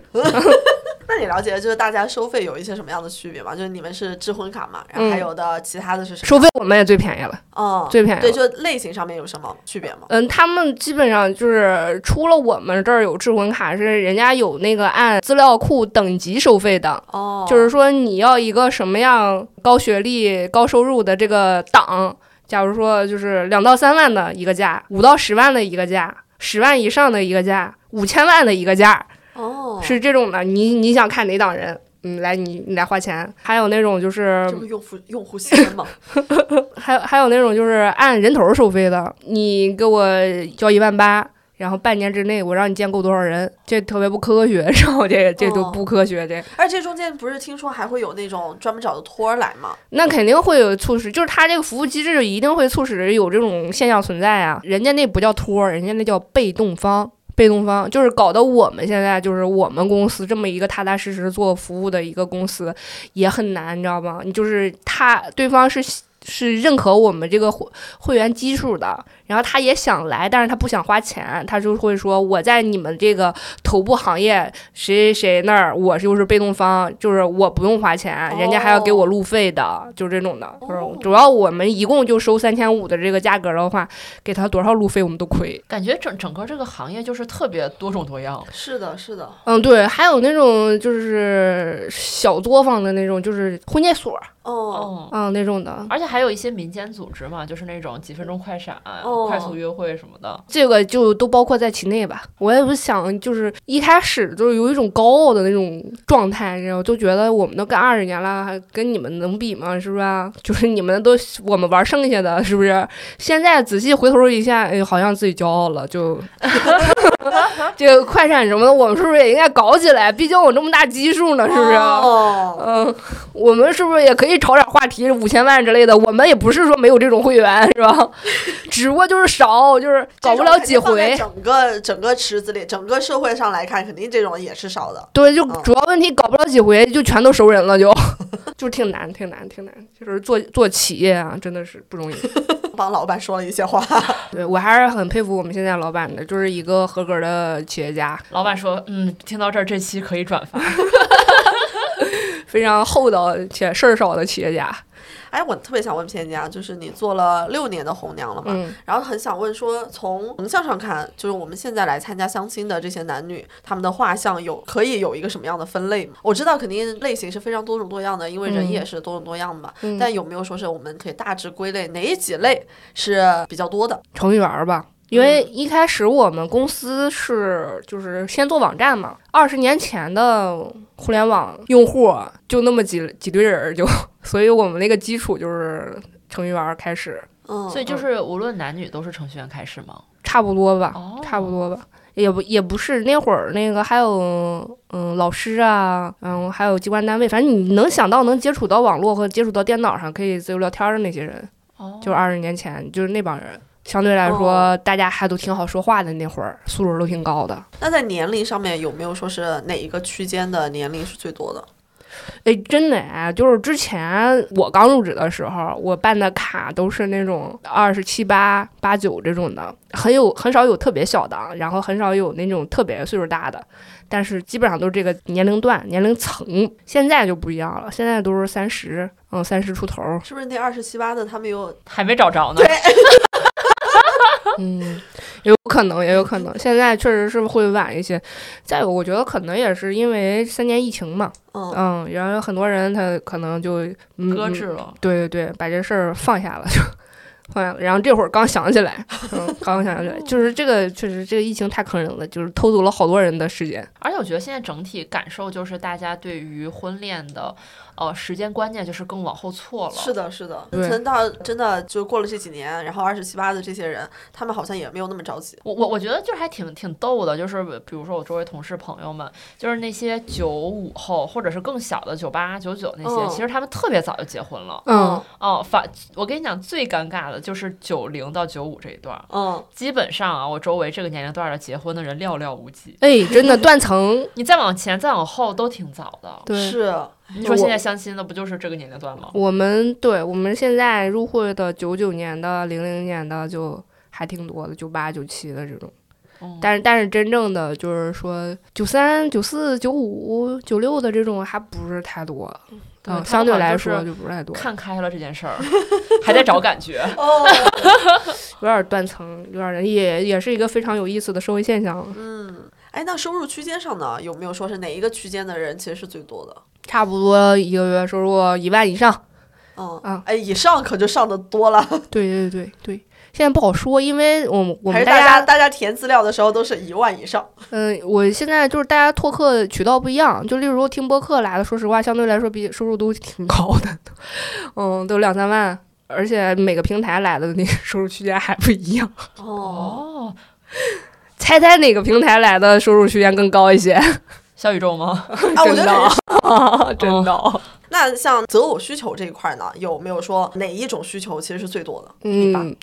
S3: 那你了解的就是大家收费有一些什么样的区别吗？就是你们是智婚卡嘛，然后还有的其他的是什么？
S2: 嗯收费我们也最便宜了，
S3: 嗯，
S2: 最便宜了
S3: 对，就类型上面有什么区别吗？
S2: 嗯，他们基本上就是除了我们这儿有智魂卡，是人家有那个按资料库等级收费的，
S3: 哦，
S2: 就是说你要一个什么样高学历、高收入的这个档，假如说就是两到三万的一个价，五到十万的一个价，十万以上的一个价，五千万的一个价，
S3: 哦，
S2: 是这种的。你你想看哪档人？嗯，来你你来花钱，还有那种就是
S3: 这不用户用户细分吗？ [laughs]
S2: 还有还有那种就是按人头收费的，你给我交一万八，然后半年之内我让你见够多少人，这特别不科学，然后这个这都
S3: 哦
S2: 不科学，这
S3: 而且这中间不是听说还会有那种专门找的托儿来吗？
S2: 那肯定会有促使，就是它这个服务机制一定会促使有这种现象存在啊。人家那不叫托儿，人家那叫被动方。被动方就是搞得我们现在就是我们公司这么一个踏踏实实做服务的一个公司也很难，你知道吗？你就是他对方是是认可我们这个会会员基数的，然后他也想来，但是他不想花钱，他就会说我在你们这个头部行业谁谁谁那儿，我就是被动方，就是我不用花钱，人家还要给我路费的，就是这种的。就是
S3: 哦
S2: 主要我们一共就收三千五的这个价格的话，给他多少路费我们都亏。
S4: 感觉整整个这个行业就是特别多种多样。
S3: 是的，是的。
S2: 嗯，对，还有那种就是小作坊的那种，就是婚介所，
S3: 哦，
S4: 嗯，
S2: 嗯，那种的。
S4: 而且还有一些民间组织嘛，就是那种几分钟快闪、
S3: 哦
S4: 快速约会什么的。
S2: 这个就都包括在其内吧。我也不想，就是一开始就是有一种高傲的那种状态，然后就觉得我们都干二十年了，还跟你们能比吗？是不是啊、 [laughs] 就是你们都我们玩剩下的，是不是？现在仔细回头一下，哎，好像自己骄傲了，就 [laughs] 这个快闪什么的，我们是不是也应该搞起来？毕竟我这么大基数呢，是不是啊？
S3: 哦，
S2: 嗯，我们是不是也可以炒点话题，五千万之类的？我们也不是说没有这种会员，是吧？ [laughs] 只不过就是少，就是搞不了几
S3: 这种肯定放在整
S2: 回。
S3: 个整个池子里，整个社会上来看，肯定这种也是少的。
S2: 对，就
S3: 嗯
S2: 主要问题搞不了几回，就全都熟人
S3: [laughs]
S2: 了，就就挺难，挺难，挺难。就是做做企业啊，真的是不
S3: [laughs]
S2: 容易。
S3: 帮老板说了一些话，
S2: 对我还是很佩服我们现在老板的，就是一个合格的企业家，
S4: 老板说，嗯，听到这儿这期可以转发。
S2: 非常厚道且事儿少的企业家。
S3: 哎，我特别想问偏家，就是你做了六年的红娘了嘛？
S2: 嗯，
S3: 然后很想问说，从横向上看，就是我们现在来参加相亲的这些男女，他们的画像有可以有一个什么样的分类吗？我知道肯定类型是非常多种多样的，因为人
S2: 嗯
S3: 也是多种多样的嘛。
S2: 嗯
S3: 但有没有说是我们可以大致归类哪几类是比较多的？
S2: 程序员儿吧，因为一开始我们公司是就是先做网站嘛，二十年前的互联网用户就那么几几堆人儿就， [laughs] 所以我们那个基础就是程序员儿开始，
S3: 嗯，
S4: 所以就是无论男女都是程序员开始吗？
S2: 差不多吧，
S4: 哦
S2: 差不多吧。也不也不是那会儿那个还有嗯老师啊，嗯还有机关单位，反正你能想到能接触到网络和接触到电脑上可以自由聊天儿的那些人，
S4: 哦，
S2: 就是二十年前就是那帮人，相对来说、大家还都挺好说话的那会儿，素质都挺高的。
S3: 那在年龄上面有没有说是哪一个区间的年龄是最多的？
S2: 哎，真的哎，就是之前我刚入职的时候，我办的卡都是那种二十七八、八九这种的，很有很少有特别小的，啊然后很少有那种特别岁数大的，但是基本上都是这个年龄段、年龄层。现在就不一样了，现在都是三十，嗯，三十出头儿，
S3: 是不是那二十七八的他们有
S4: 还没找着呢。
S2: 嗯，也有可能，也有可能。现在确实是会晚一些。再有，我觉得可能也是因为三年疫情嘛，
S3: 嗯
S2: 嗯，然后很多人他可能就、嗯、
S4: 哦搁
S2: 嗯
S4: 置了，
S2: 对对对，把这事儿放下了就放下了。然后这会儿刚想起
S4: [laughs]
S2: 来，嗯，刚想
S4: 哦
S2: 起来，就是这个确实这个疫情太坑人了，就是偷走了好多人的时间。
S4: 而且我觉得现在整体感受就是，大家对于婚恋的呃时间观念就是更往后错了。
S3: 是的，是的，
S2: 对
S3: 可能到真的就过了这几年，然后二十七八的这些人，他们好像也没有那么着急。
S4: 我我我觉得就是还挺挺逗的，就是比如说我周围同事朋友们，就是那些九五后或者是更小的九八九九那些，
S3: 嗯
S4: 其实他们特别早就结婚了。
S2: 嗯，
S4: 哦，反我跟你讲，最尴尬的就是九零到九五这一段儿，
S3: 嗯，
S4: 基本上啊，我周围这个年龄段儿的结婚的人寥寥无几。
S2: 哎，真的断
S4: [laughs]
S2: 层，
S4: 你再往前再往后都挺早的。
S2: 对。
S3: 是，
S4: 你说现
S2: 我
S4: 在相亲的不就是这个年龄段吗？
S2: 我们对我们现在入会的九九年的、零零年的就还挺多的，九八、九七的这种。
S4: 嗯
S2: 但是但是真正的就是说九三、九四、九五、九六的这种还不是太多，
S4: 对
S2: 嗯，
S4: 他们
S2: 相对
S4: 好像
S2: 来
S4: 就
S2: 说
S4: 是
S2: 就不是太多，
S4: 看开了这件事儿， [laughs] 还在找
S2: [laughs]
S4: 感觉。
S3: 哦，
S2: 有点断层，有点也也是一个非常有意思的社会现象，
S3: 嗯，哎，那收入区间上呢，有没有说是哪一个区间的人其实是最多的？
S2: 差不多一个月收入一万以上。 [laughs]
S3: 嗯
S2: 啊
S3: 哎，以上可就上的多了，
S2: 对对对对，现在不好说，因为我们我
S3: 还是
S2: 们
S3: 大家
S2: 家，
S3: 大家填资料的时候都是一万以上。
S2: 嗯、我现在就是大家拓客渠道不一样，就例如听播客来的，说实话，相对来说比收入都挺高的， [laughs] 嗯，都两三万。而哦且每个平台来的那个收入区间还不一样，
S3: 哦，
S4: 哦，
S2: 猜猜哪个平台来的收入区间更高一些？
S4: 小宇宙吗？
S3: 啊，我觉
S2: 真
S3: 得肯
S2: 的
S3: 定是。
S2: 啊，真的哦。
S3: 那像择偶需求这一块呢，有没有说哪一种需求其实是最多的？
S2: 嗯，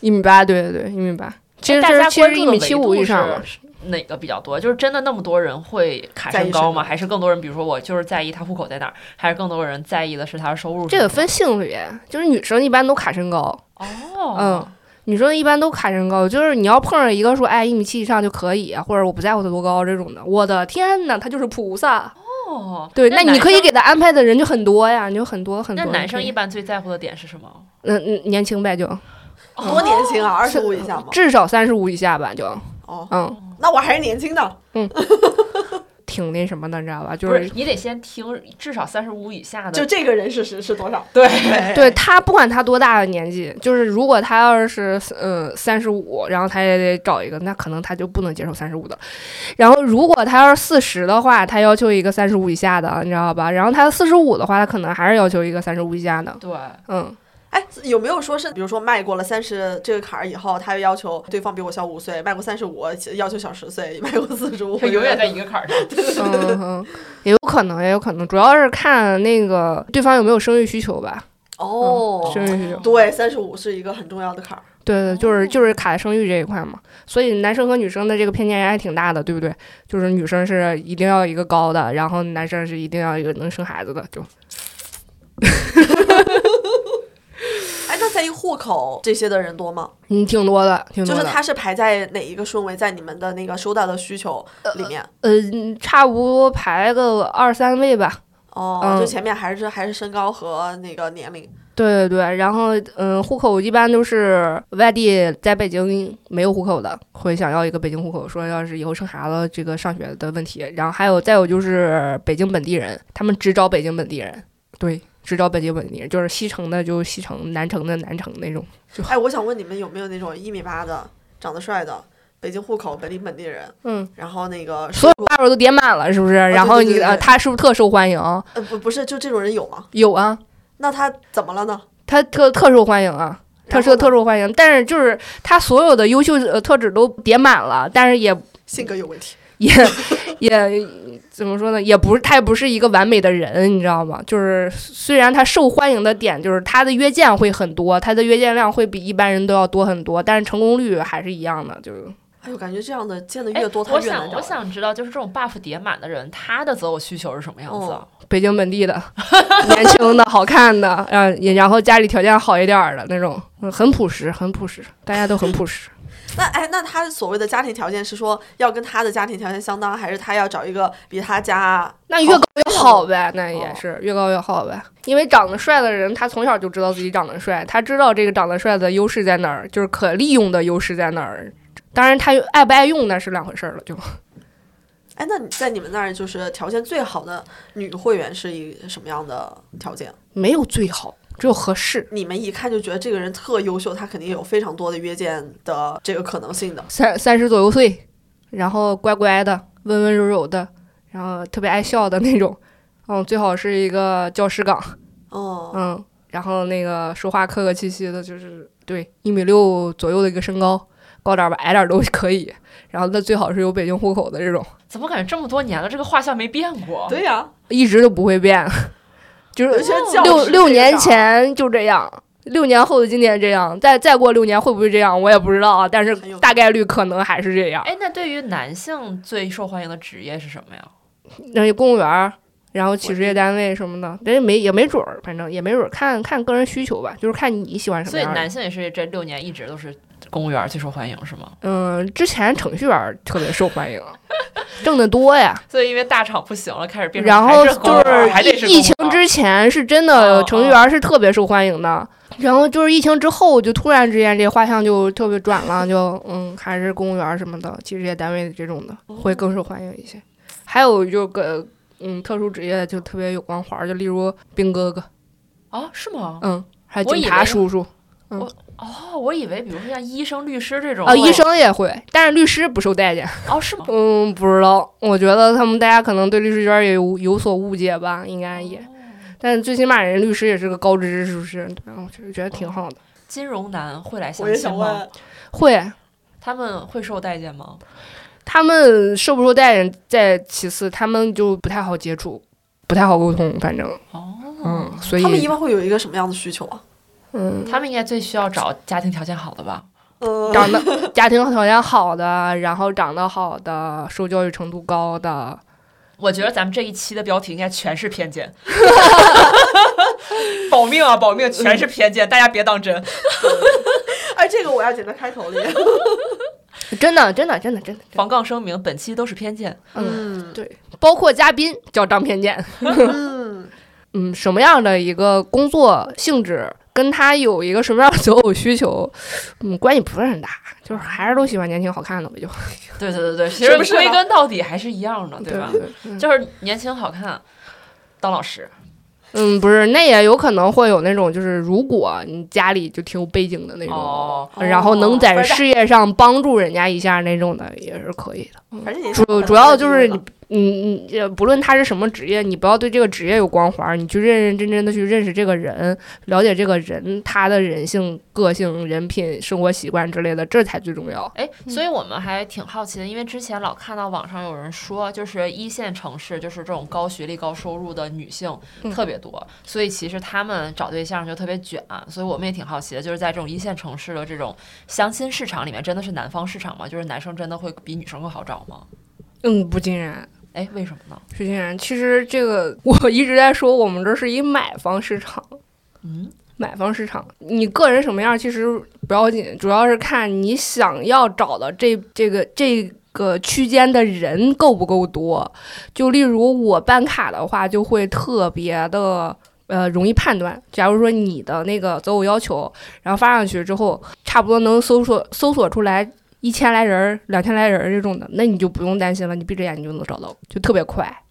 S2: 一米八，对对对，一米八。其实
S4: 大
S2: 就是
S4: 家
S2: 其实
S4: 关
S2: 一
S4: 注的
S2: 米
S4: 维
S2: 七五
S4: 度
S2: 以上嘛，
S4: 是哪个比较多？就是真的那么多人会卡身高吗？
S3: 在意身高
S4: 还是更多人，比如说我就是在意他户口在哪儿，还是更多人在意的是他的收入是
S2: 这
S4: 什么？
S2: 个分性别，就是女生一般都卡身高，
S4: 哦，
S2: 嗯，女生一般都卡身高，就是你要碰上一个说哎一米七以上就可以，或者我不在乎他多高这种的，我的天呐，他就是菩萨。
S4: 哦，
S2: 对，那
S4: 那
S2: 你
S4: 男
S2: 可以
S4: 生
S2: 给他安排的人就很多呀，你就很多很多
S4: 那
S2: 人可以。
S4: 男生一般最在乎的点是什么？
S2: 嗯嗯年轻呗就，哦
S3: 多年轻啊，二十五以下吗？
S2: 至少三十五以下吧就，
S3: 哦，
S2: 嗯，
S3: 那我还是年轻的。
S2: 挺那什么的，你知道吧？就
S4: 不是
S2: 是，
S4: 你得先听至少三十五以下的，
S3: 就这个人是是是多少？
S4: 对，
S3: 哎
S2: 对他不管他多大的年纪，就是如果他要是嗯三十五，然后他也得找一个，那可能他就不能接受三十五的。然后如果他要是四十的话，他要求一个三十五以下的，你知道吧？然后他四十五的话，他可能还是要求一个三十五以下的。
S4: 对，
S2: 嗯， [laughs]
S3: 哎，有没有说是，比如说迈过了三十这个坎儿以后，他又要求对方比我小五岁，迈过三十五要求小十岁，迈过四十五
S4: 他永远在一个
S2: [laughs]
S4: 坎儿上。
S2: 嗯哼，也有可能，也有可能，主要是看那个对方有没有生育需求吧。
S3: 哦。
S2: 生育需求，
S3: 对，三十五是一个很重要的坎儿。
S2: 对对，
S3: 哦
S2: 就是就是卡在生育这一块嘛。所以男生和女生的这个偏见还挺大的，对不对？就是女生是一定要一个高的，然后男生是一定要一个能生孩子的，就
S3: 哎，那在意户口这些的人多吗？
S2: 嗯挺多的，挺
S3: 就
S2: 多
S3: 是
S2: 的。
S3: 他是排在哪一个顺位，在你们的那个收到的需求里面？
S2: 呃，差不多排个二三位吧。
S3: 哦，
S2: 嗯
S3: 就前面还是还是身高和那个年龄。
S2: 对对对，然后嗯，户口一般都是外地在北京没有户口的，会想要一个北京户口，说要是以后生孩子这个上学的问题。然后还有再有就是北京本地人，他们只招北京本地人，对，只招北京本地人，就是西城的就西城，南城的南城那种。
S3: 哎，我想问你们有没有那种一米八的、长得帅的、北京户口、北京本地人，
S2: 嗯，
S3: 然后那个
S2: 所有大手都叠满了，是不是？然后
S3: 哦对对
S2: 你
S3: 对
S2: 呃，
S3: 对
S2: 他是不是特受欢迎？
S3: 呃不不是就这种人有吗？
S2: 有啊，
S3: 那他怎么了呢？
S2: 他特特受欢迎啊。特
S3: 然
S2: 受
S3: 后呢
S2: 特受欢迎，但是就是他所有的优秀呃特质都叠满了，但是也
S3: 性格有问题。
S2: 也也怎么说呢？也不是他也不是一个完美的人，你知道吗？就是虽然他受欢迎的点就是他的约见会很多，他的约见量会比一般人都要多很多，但是成功率还是一样的，就是
S3: 哎呦，感觉这样的见的
S4: 哎
S3: 越多，他
S4: 我
S3: 越难
S4: 想
S3: 找
S4: 我
S3: 人。
S4: 想知道，就是这种 buff 叠满的人，他的择偶需求是什么样子啊？
S2: 北京本地的、 [laughs] 年轻的、好看的，嗯，也然后家里条件好一点儿的那种，嗯很朴实，很朴实，大家都很朴实。
S3: 那哎，那他所谓的家庭条件是说要跟他的家庭条件相当，还是他要找一个比他家？
S2: 那越高越好呗，那也是越高越好呗。因为长得帅的人，他从小就知道自己长得帅，他知道这个长得帅的优势在哪儿，就是可利用的优势在哪儿。当然，他爱不爱用那是两回事儿了，就
S3: 哎，那你在你们那儿就是条件最好的女会员是一什么样的条件？
S2: [laughs] 没有最好，只有合适。
S3: 你们一看就觉得这个人特优秀，他肯定有非常多的约见的这个可能性的。
S2: 三三十左右岁，然后乖乖的、温温柔柔的，然后特别爱笑的那种。嗯，最好是一个教师岗，
S3: 哦、
S2: 嗯，然后那个说话客客气气的，就是对一米六左右的一个身高，高点儿吧，矮点儿都可以。然后那最好是有北京户口的这种，
S4: 怎么感觉这么多年了，这个画像没变过？
S3: 对呀、
S2: 一直都不会变， [laughs] 就
S3: 有
S2: 是
S3: 些教
S2: 六
S3: 师
S2: 六
S3: 这个
S2: 年
S3: 啥
S2: 前就这样，六年后的今年这样，再再过六年会不会这样，我也不知道啊，但是
S3: 很有
S2: 大概率可能还是这样。
S4: 哎，那对于男性最受欢迎的职业是什么呀？
S2: 那公务员儿，然后企事业单位什么的，人家没也没准儿，反正也没准儿，看看个人需求吧，就是看你喜欢什
S4: 所
S2: 么
S4: 以
S2: 样的。
S4: 男性也是这六年一直都是公务员最受欢迎，是吗？
S2: 嗯，之前程序员儿特别受欢迎， [laughs] 挣得多呀。
S4: 所以因为大厂不行了，开始变成
S2: 然后
S4: 还是公务员还得
S2: 就是是疫疫情
S4: 公务员
S2: 之前是真
S4: 哦
S2: 的
S4: 哦
S2: 程序员是特别受欢迎的，然后就是疫情之后就突然之间这画像就特别转了，就嗯还是公务员什么的，企事业单位这种的
S4: 哦
S2: 会更受欢迎一些。还有就个嗯特殊职业就特别有光环儿，就例如兵哥哥，
S4: 啊，是吗？
S2: 嗯，还有
S4: 我
S2: 警
S4: 以
S2: 察
S4: 为
S2: 叔叔
S4: 哦，我以为比如说像医生、律师这种
S2: 啊，医生也会，但是律师不受待见。
S4: 哦，是吗？
S2: 嗯，不知道，我觉得他们大家可能对律师圈也有有所误解吧，应该
S4: 哦
S2: 也。但最起码人律师也是个高知，是不是？对，我觉得觉得挺好的。
S4: 金融男会来
S3: 我
S4: 相
S3: 也
S4: 亲
S3: 想
S4: 吗？
S3: 问，
S2: 会，
S4: 他们会受待见吗？
S2: 他们受不受待见再其次，他们就不太好接触，不太好沟通，反正
S4: 哦，
S2: 嗯，所以
S3: 他们一般会有一个什么样的需求啊？
S2: 嗯，
S4: 他们应该最需要找家庭条件好的吧？
S3: 呃，
S2: 长 [laughs] 得家庭条件好的，然后长得好的，受教育程度高的，
S4: 我觉得咱们这一期的标题应该全是偏 [laughs] 见，保命啊，保命，全是偏见，大家别当真。
S3: 哎，这个我要剪在开头里。
S2: 真的，真的，真的，真的，真的
S4: 防杠声明，本期都是偏见。
S2: 嗯，
S3: 嗯
S2: 对，包括嘉宾叫张偏见，
S3: 嗯，
S2: 嗯，什么样的一个工作性质，跟他有一个什么样的择偶需求， [laughs] 嗯，关系不是很大，就是还是都喜欢年轻好看的吧，就
S4: 对对对对，其
S3: 是
S4: 实
S3: 不是
S4: 归根到底还是一样的，
S2: 对
S4: 吧？
S2: 嗯
S4: 就是年轻好看，当老师。
S2: 嗯，不是，那也有可能会有那种，就是如果你家里就挺有背景的那种，
S4: 哦
S2: 然后能
S3: 哦不
S2: 在
S3: 是在
S2: 事业上帮助人家一下那种的，也是可以的。
S3: 反正你
S2: 主主要就是你，你你呃不论他是什么职业，你不要对这个职业有光环儿，你去认认真真的去认识这个人，了解这个人他的人性、个性、人品、生活习惯之类的，这才最重要。
S4: 哎，所以我们还挺好奇的，因为之前老看到网上有人说，就是一线城市就是这种高学历、高收入的女性
S2: 嗯
S4: 特别多，所以其实她们找对象就特别卷。啊所以我们也挺好奇的，就是在这种一线城市的这种相亲市场里面，真的是南方市场吗？就是男生真的会比女生更好找吗？
S2: 嗯，不尽然。
S4: 哎，为什么呢？
S2: 不尽然，其实这个 [laughs] 我一直在说，我们这是一买方市场，
S4: 嗯，
S2: 买方市场，你个人什么样其实不要紧，主要是看你想要找的这这个这个区间的人够不够多。就例如我办卡的话，就会特别的呃容易判断。假如说你的那个择偶要求，然后发上去之后，差不多能搜索搜索出来一千来人儿、两千来人儿这种的，那你就不用担心了，你闭着眼睛就能找到，就特别快。然后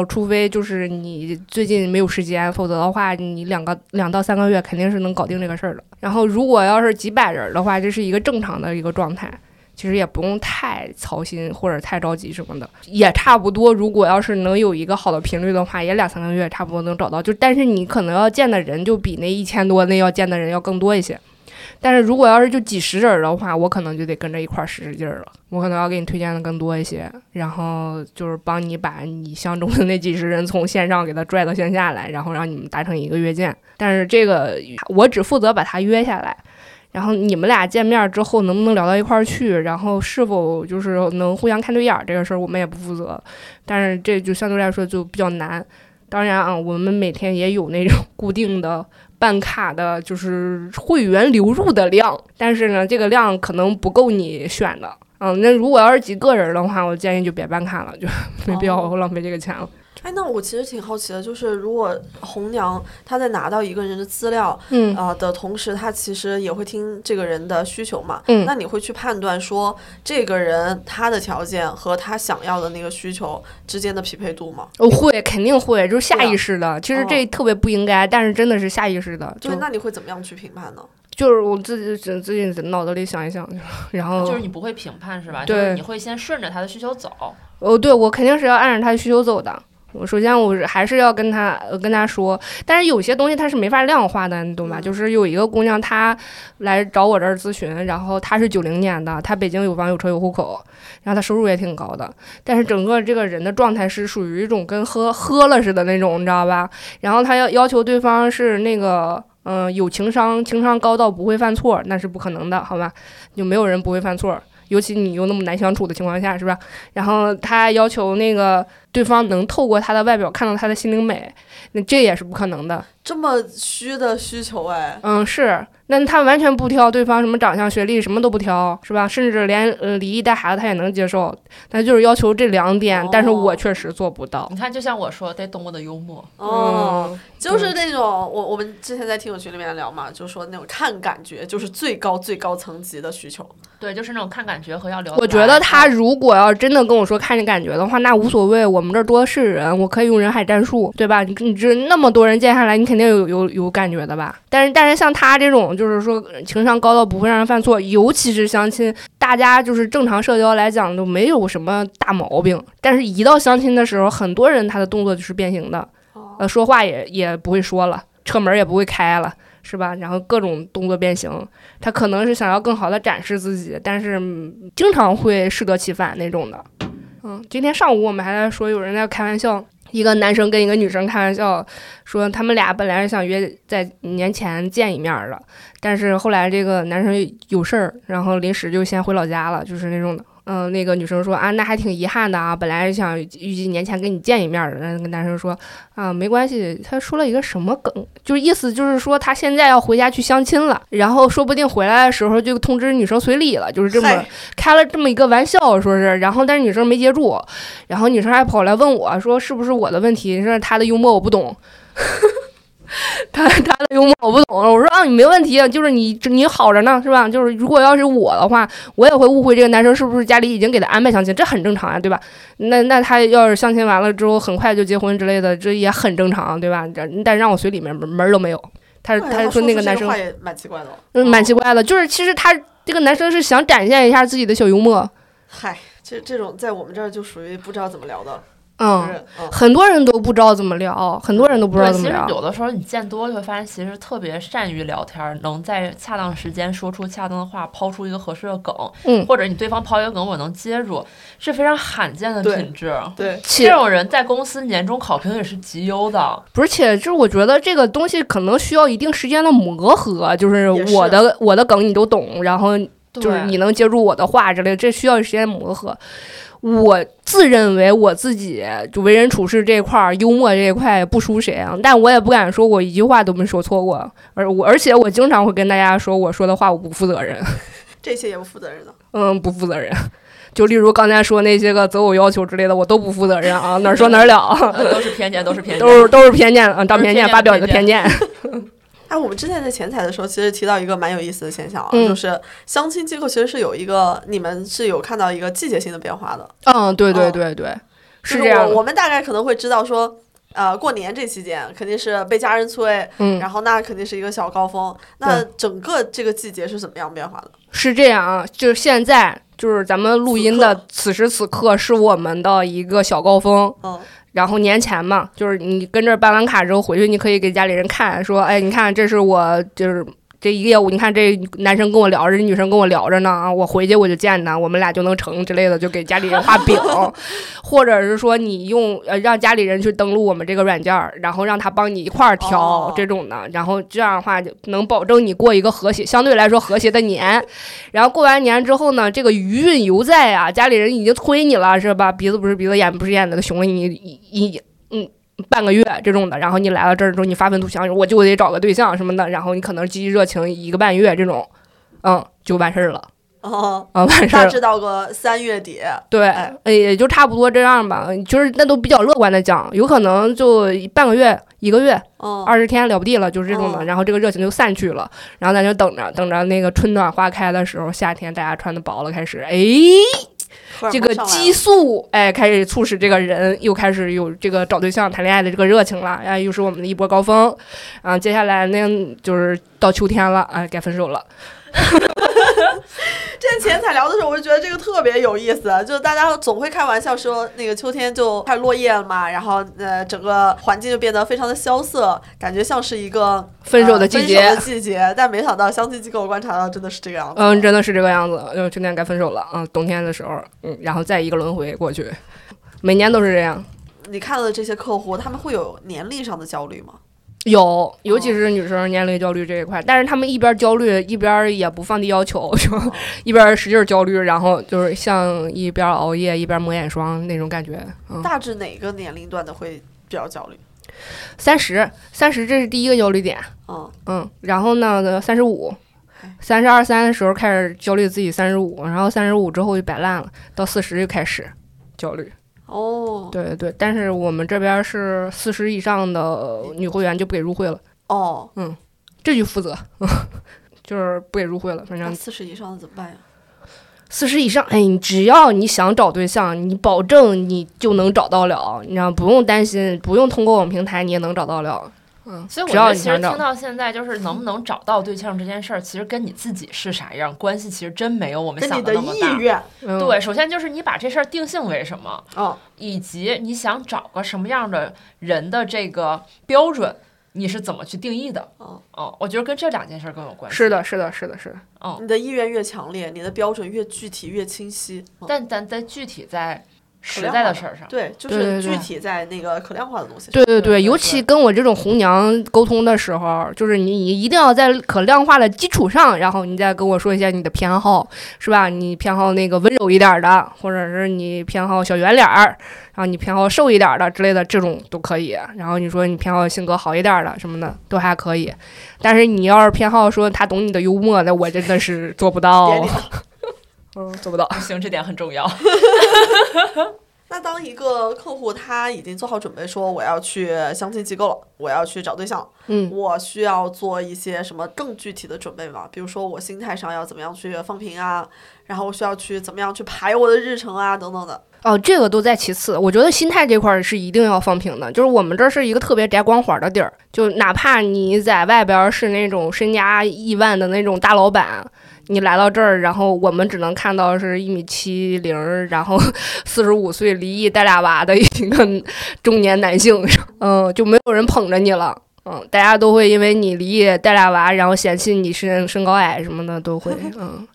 S2: 呃除非就是你最近没有时间，否则的话，你两个两到三个月肯定是能搞定这个事儿的。然后，如果要是几百人儿的话，这是一个正常的一个状态，其实也不用太操心或者太着急什么的，也差不多。如果要是能有一个好的频率的话，也两三个月差不多能找到。就但是你可能要见的人就比那一千多那要见的人要更多一些。但是如果要是就几十人儿的话，我可能就得跟着一块儿使使劲儿了。我可能要给你推荐的更多一些，然后就是帮你把你相中的那几十人从线上给他拽到线下来，然后让你们达成一个约见。但是这个我只负责把他约下来，然后你们俩见面之后能不能聊到一块儿去，然后是否就是能互相看对眼儿这个事儿，我们也不负责。但是这就相对来说就比较难。当然啊，我们每天也有那种固定的办卡的，就是会员流入的量，但是呢，这个量可能不够你选的。嗯，那如果要是几个人的话，我建议就别办卡了，就 [laughs] 没必要浪费这个钱了。
S3: 哎，那我其实挺好奇的，就是如果红娘她在拿到一个人的资料
S2: 嗯
S3: 啊、呃的同时，她其实也会听这个人的需求嘛。
S2: 嗯
S3: 那你会去判断说这个人他的条件和他想要的那个需求之间的匹配度吗？
S2: 我哦会，肯定会，就是下
S3: 对啊
S2: 意识的。其实
S3: 哦
S2: 这特别不应该，但是真的是下意识的。就
S3: 对，那你会怎么样去评判呢？
S2: 就是我自己自自己脑子里想一想，然后
S4: 就是你不会评判是吧？
S2: 哦对
S4: 就是你会先顺着他的需求走。
S2: 哦，对我肯定是要按着他的需求走的。我首先我是还是要跟他呃跟他说，但是有些东西它是没法量化的，你懂吧？
S3: 嗯
S2: 就是有一个姑娘她来找我这儿咨询，然后她是九零年的，她北京有房有车有户口，然后她收入也挺高的，但是整个这个人的状态是属于一种跟喝喝了似的那种，你知道吧？然后她要要求对方是那个。嗯，有情商，情商高到不会犯错，那是不可能的，好吧？就没有人不会犯错，尤其你又那么难相处的情况下，是吧？然后他要求那个对方能透过他的外表看到他的心灵美，那这也是不可能的。
S3: 这么虚的需求，哎，
S2: 嗯，是，那他完全不挑对方什么长相、学历，什么都不挑，是吧？甚至连呃离异带孩子他也能接受，他就是要求这两点，但是我
S3: 哦
S2: 确实做不到。
S4: 你看，就像我说，得懂我的幽默。
S3: 哦，
S2: 嗯，
S3: 就是那种我我们之前在听友群里面聊嘛，就说那种看感觉就是最高最高层级的需求。
S4: 对，就是那种看感觉和要聊。
S2: 我觉得他如果要真的跟我说看你感觉的话，那无所谓，我们这儿多的是人，我可以用人海战术，对吧？你你这那么多人见下来，你肯定有有有感觉的吧？但是但是像他这种，就是说呃情商高到不会让人犯错，尤其是相亲，大家就是正常社交来讲都没有什么大毛病，但是一到相亲的时候，很多人他的动作就是变形的，呃，说话也也不会说了，车门也不会开了。是吧？然后各种动作变形，他可能是想要更好的展示自己，但是嗯经常会适得其反那种的。嗯，今天上午我们还在说，有人在开玩笑，一个男生跟一个女生开玩笑说，他们俩本来是想约在年前见一面儿的，但是后来这个男生有事儿，然后临时就先回老家了，就是那种的。嗯，那个女生说啊，那还挺遗憾的啊，本来是想预计年前跟你见一面儿的。那个男生说啊，没关系。他说了一个什么梗，就是意思就是说他现在要回家去相亲了，然后说不定回来的时候就通知女生随礼了，就是这么
S3: 嗨哎
S2: 开了这么一个玩笑，说是，然后但是女生没接住，然后女生还跑来问我说是不是我的问题，是她的幽默我不懂。 [laughs] 她她的幽默我不懂，我说啊你没问题，就是你你好着呢是吧？就是如果要是我的话，我也会误会这个男生是不是家里已经给他安排相亲，这很正常啊，对吧？那那他要是相亲完了之后很快就结婚之类的，这也很正常，啊对吧？这但让我嘴里面门门儿都没有。他
S3: 哎
S2: 他
S3: 他
S2: 说那个
S3: 出这
S2: 男生
S3: 话也蛮奇怪的哦。
S2: 嗯蛮奇怪的，就是其实他这个男生是想展现一下自己的小幽默，
S3: 哦嗨，这这种在我们这儿就属于不知道怎么聊的了，就
S2: 嗯，
S3: 是嗯，
S2: 很多人都不知道怎么聊，很多人都不知道
S4: 对，
S2: 怎
S4: 其
S2: 么
S4: 实
S2: 聊。
S4: 有的时候你见多了，会发现其实特别善于聊天儿，能在恰当时间说出恰当的话，抛出一个合适的梗，
S2: 嗯
S4: 或者你对方抛一个梗，我能接住，是非常罕见的
S3: 对
S4: 品质。
S3: 对，
S2: 且
S4: 这种人在公司年终考评也是极优的，
S2: 不是，且就是我觉得这个东西可能需要一定时间的磨合，就是
S3: 也是
S2: 我的我的梗你都懂，然后就是
S4: 对
S2: [laughs] 你能接住我的话之类的，这需要时间磨合。我自认为我自己就为人处事这一块儿，幽默这一块不输谁啊，但我也不敢说我一句话都没说错过，而我而且我经常会跟大家说我说的话我不负责任。
S3: 这些也不负责任的。
S2: 嗯，不负责任。 [laughs] 就例如刚才说那些个择偶要求之类的，我都不负责任 [laughs] 啊，哪儿说哪儿了 [laughs] 啊，
S4: 呃都是偏见，都是偏见。
S2: 都是都是偏见啊，当偏见
S4: 都是偏见
S2: 发表你的偏见。
S3: 哎，我们之前在前彩的时候，其实提到一个蛮有意思的现象啊，
S2: 嗯
S3: 就是相亲机构其实是有一个，你们是有看到一个季节性的变化的，
S2: [laughs] 嗯，对对
S3: 哦
S2: 对对，
S3: 就是
S2: 这样
S3: 我
S2: 的。
S3: 我们大概可能会知道说，呃，过年这期间肯定是被家人催，
S2: 嗯，
S3: 然后那肯定是一个小高峰。那整个这个季节是怎么样变化的？
S2: 是这样啊，就是现在就是咱们录音
S3: 此
S2: 的此时此刻是我们的一个小高峰，
S3: 嗯，
S2: 然后年前嘛，就是你跟这儿办完卡之后回去，你可以给家里人看，说，哎，你看这是我就是。这一个业务，你看这男生跟我聊着，这女生跟我聊着呢啊，我回去我就见他，我们俩就能成之类的，就给家里人画饼，或者是说你用呃让家里人去登录我们这个软件儿，然后让他帮你一块儿
S3: 哦
S2: 挑这种的，然后这样的话就能保证你过一个和谐，相对来说和谐的年。然后过完年之后呢，这个余韵犹在啊，家里人已经催你了，是吧？鼻子不是鼻子，眼不是眼的，都熊了你一一嗯半个月这种的。然后你来到这儿之后，你发愤图强，我就得找个对象什么的。然后你可能积极热情一个半月这种，嗯，就完事儿了 [laughs]
S3: 哦、
S2: 啊，完事儿
S3: 大
S2: 了。
S3: 致到个三月底，
S2: 对，
S3: 哎
S2: 呃也就差不多这样吧。就是那都比较乐观的讲，有可能就半个月、一个月、
S3: 嗯，
S2: 二十天了不地了，就是这种的。
S3: 嗯
S2: 然后这个热情就散去了，然后咱就等着，等着那个春暖花开的时候，夏天大家穿的薄了，开始哎，
S3: 荷尔蒙
S2: 这个
S3: 上来
S2: 激
S3: 了
S2: 素哎开始促使这个人又开始有这个找对象、谈恋爱的这个热情了，哎，又是我们的一波高峰。啊，接下来那就是到秋天了，哎，该分手了。
S3: 之前前彩聊的时候，我就觉得这个特别有意思，就是大家总会开玩笑说，那个秋天就快落叶了嘛，然后呃，整个环境就变得非常的萧瑟，感觉像是一个
S2: 分手的季节
S3: 呃分手的季节。但没想到相亲机构观察到真的是这个样子。
S2: 嗯，真的是这个样子。就秋天该分手了，嗯，冬天的时候，嗯，然后再一个轮回过去，每年都是这样。
S3: 你看到的这些客户，他们会有年龄上的焦虑吗？
S2: 有，尤
S3: 哦
S2: 其是女生年龄焦虑这一块，但是他们一边焦虑一边也不放低要求， [laughs] 就
S3: 哦
S2: 一边使劲焦虑，然后就是像一边熬夜一边抹眼霜那种感觉。嗯，
S3: 大致哪个年龄段的会比较焦虑？
S2: 三十，三十这是第一个焦虑点。
S3: 嗯，
S2: 嗯，然后呢，三十五，
S4: 哎
S2: 三十二三的时候开始焦虑自己三十五，然后三十五之后就摆烂了，到四十就开始焦虑。
S3: 哦
S2: 对对对，但是我们这边是四十以上的女会员就不给入会了，
S3: 哦，
S2: 这就负责， [laughs] 就是不给入会了。反
S3: 那
S2: 正
S3: 四十以上的怎么办呀？
S2: 四十以上，哎，你只要你想找对象，你保证你就能找到了，你知道不用担心，不用通过我们平台你也能找到了。嗯，
S4: 所以我
S2: 只
S4: 觉
S2: 要
S4: 得，
S2: 你
S4: 其实
S2: 想
S4: 听
S2: 找，
S4: 到现在，就是能不能找到对象这件事儿，其实跟你自己是啥样关系，其实真没有我们
S3: 跟你
S4: 想
S3: 的
S4: 那么
S3: 意
S4: 大。
S3: 愿，
S2: 嗯、
S4: 对，首先就是你把这事儿定性为什么，
S3: 哦，
S4: 以及你想找个什么样的人的这个标准。你是怎么去定义的？
S3: 哦
S4: 哦，我觉得跟这两件事更有关系。
S2: 是的，是的，是的，是的。
S3: 你的意愿越强烈，你的标准越具体越清晰。嗯
S4: 但咱在具体在实
S3: 量
S4: 在
S3: 化
S4: 的事儿上，
S3: 对，就
S2: 对对
S3: 是具
S2: 对
S3: 体在那个可量化的东西。
S2: 对对
S4: 对
S2: 对，尤其跟我这种红娘沟通的时候，就是你你一定要在可量化的基础上，然后你再跟我说一下你的偏好，是吧？你偏好那个温柔一点儿的，或者是你偏好小圆脸儿，然后你偏好瘦一点儿的之类的，这种都可以。然后你说你偏好性格好一点儿的什么的都还可以，但是你要是偏好说他懂你的幽默，那我真的是做不
S3: 点
S4: 哦
S2: 到
S3: 你，
S2: 嗯，做不到。
S4: 不行，这点很重 [laughs] 要。
S3: 那当一个客户他已经做好准备，说我要去相亲机构了，我要去找对象，
S2: 嗯，
S3: 我需要做一些什么更具体的准备吗？比如说我心态上要怎么样去放平啊，然后我需要去怎么样去排我的日程啊，等等的。
S2: 哦，这个都在其次，我觉得心态这块儿是一定要放平的。就是我们这儿是一个特别宅光环的地儿，就哪怕你在外边儿是那种身家亿万的那种大老板，你来到这儿，然后我们只能看到是一米七零，然后 [laughs] 四十五岁离异带俩娃的一个中年男性， [laughs] 嗯，就没有人捧着你了。嗯，大家都会因为你离异带俩娃，然后嫌弃你身身高矮什么的，都会嗯，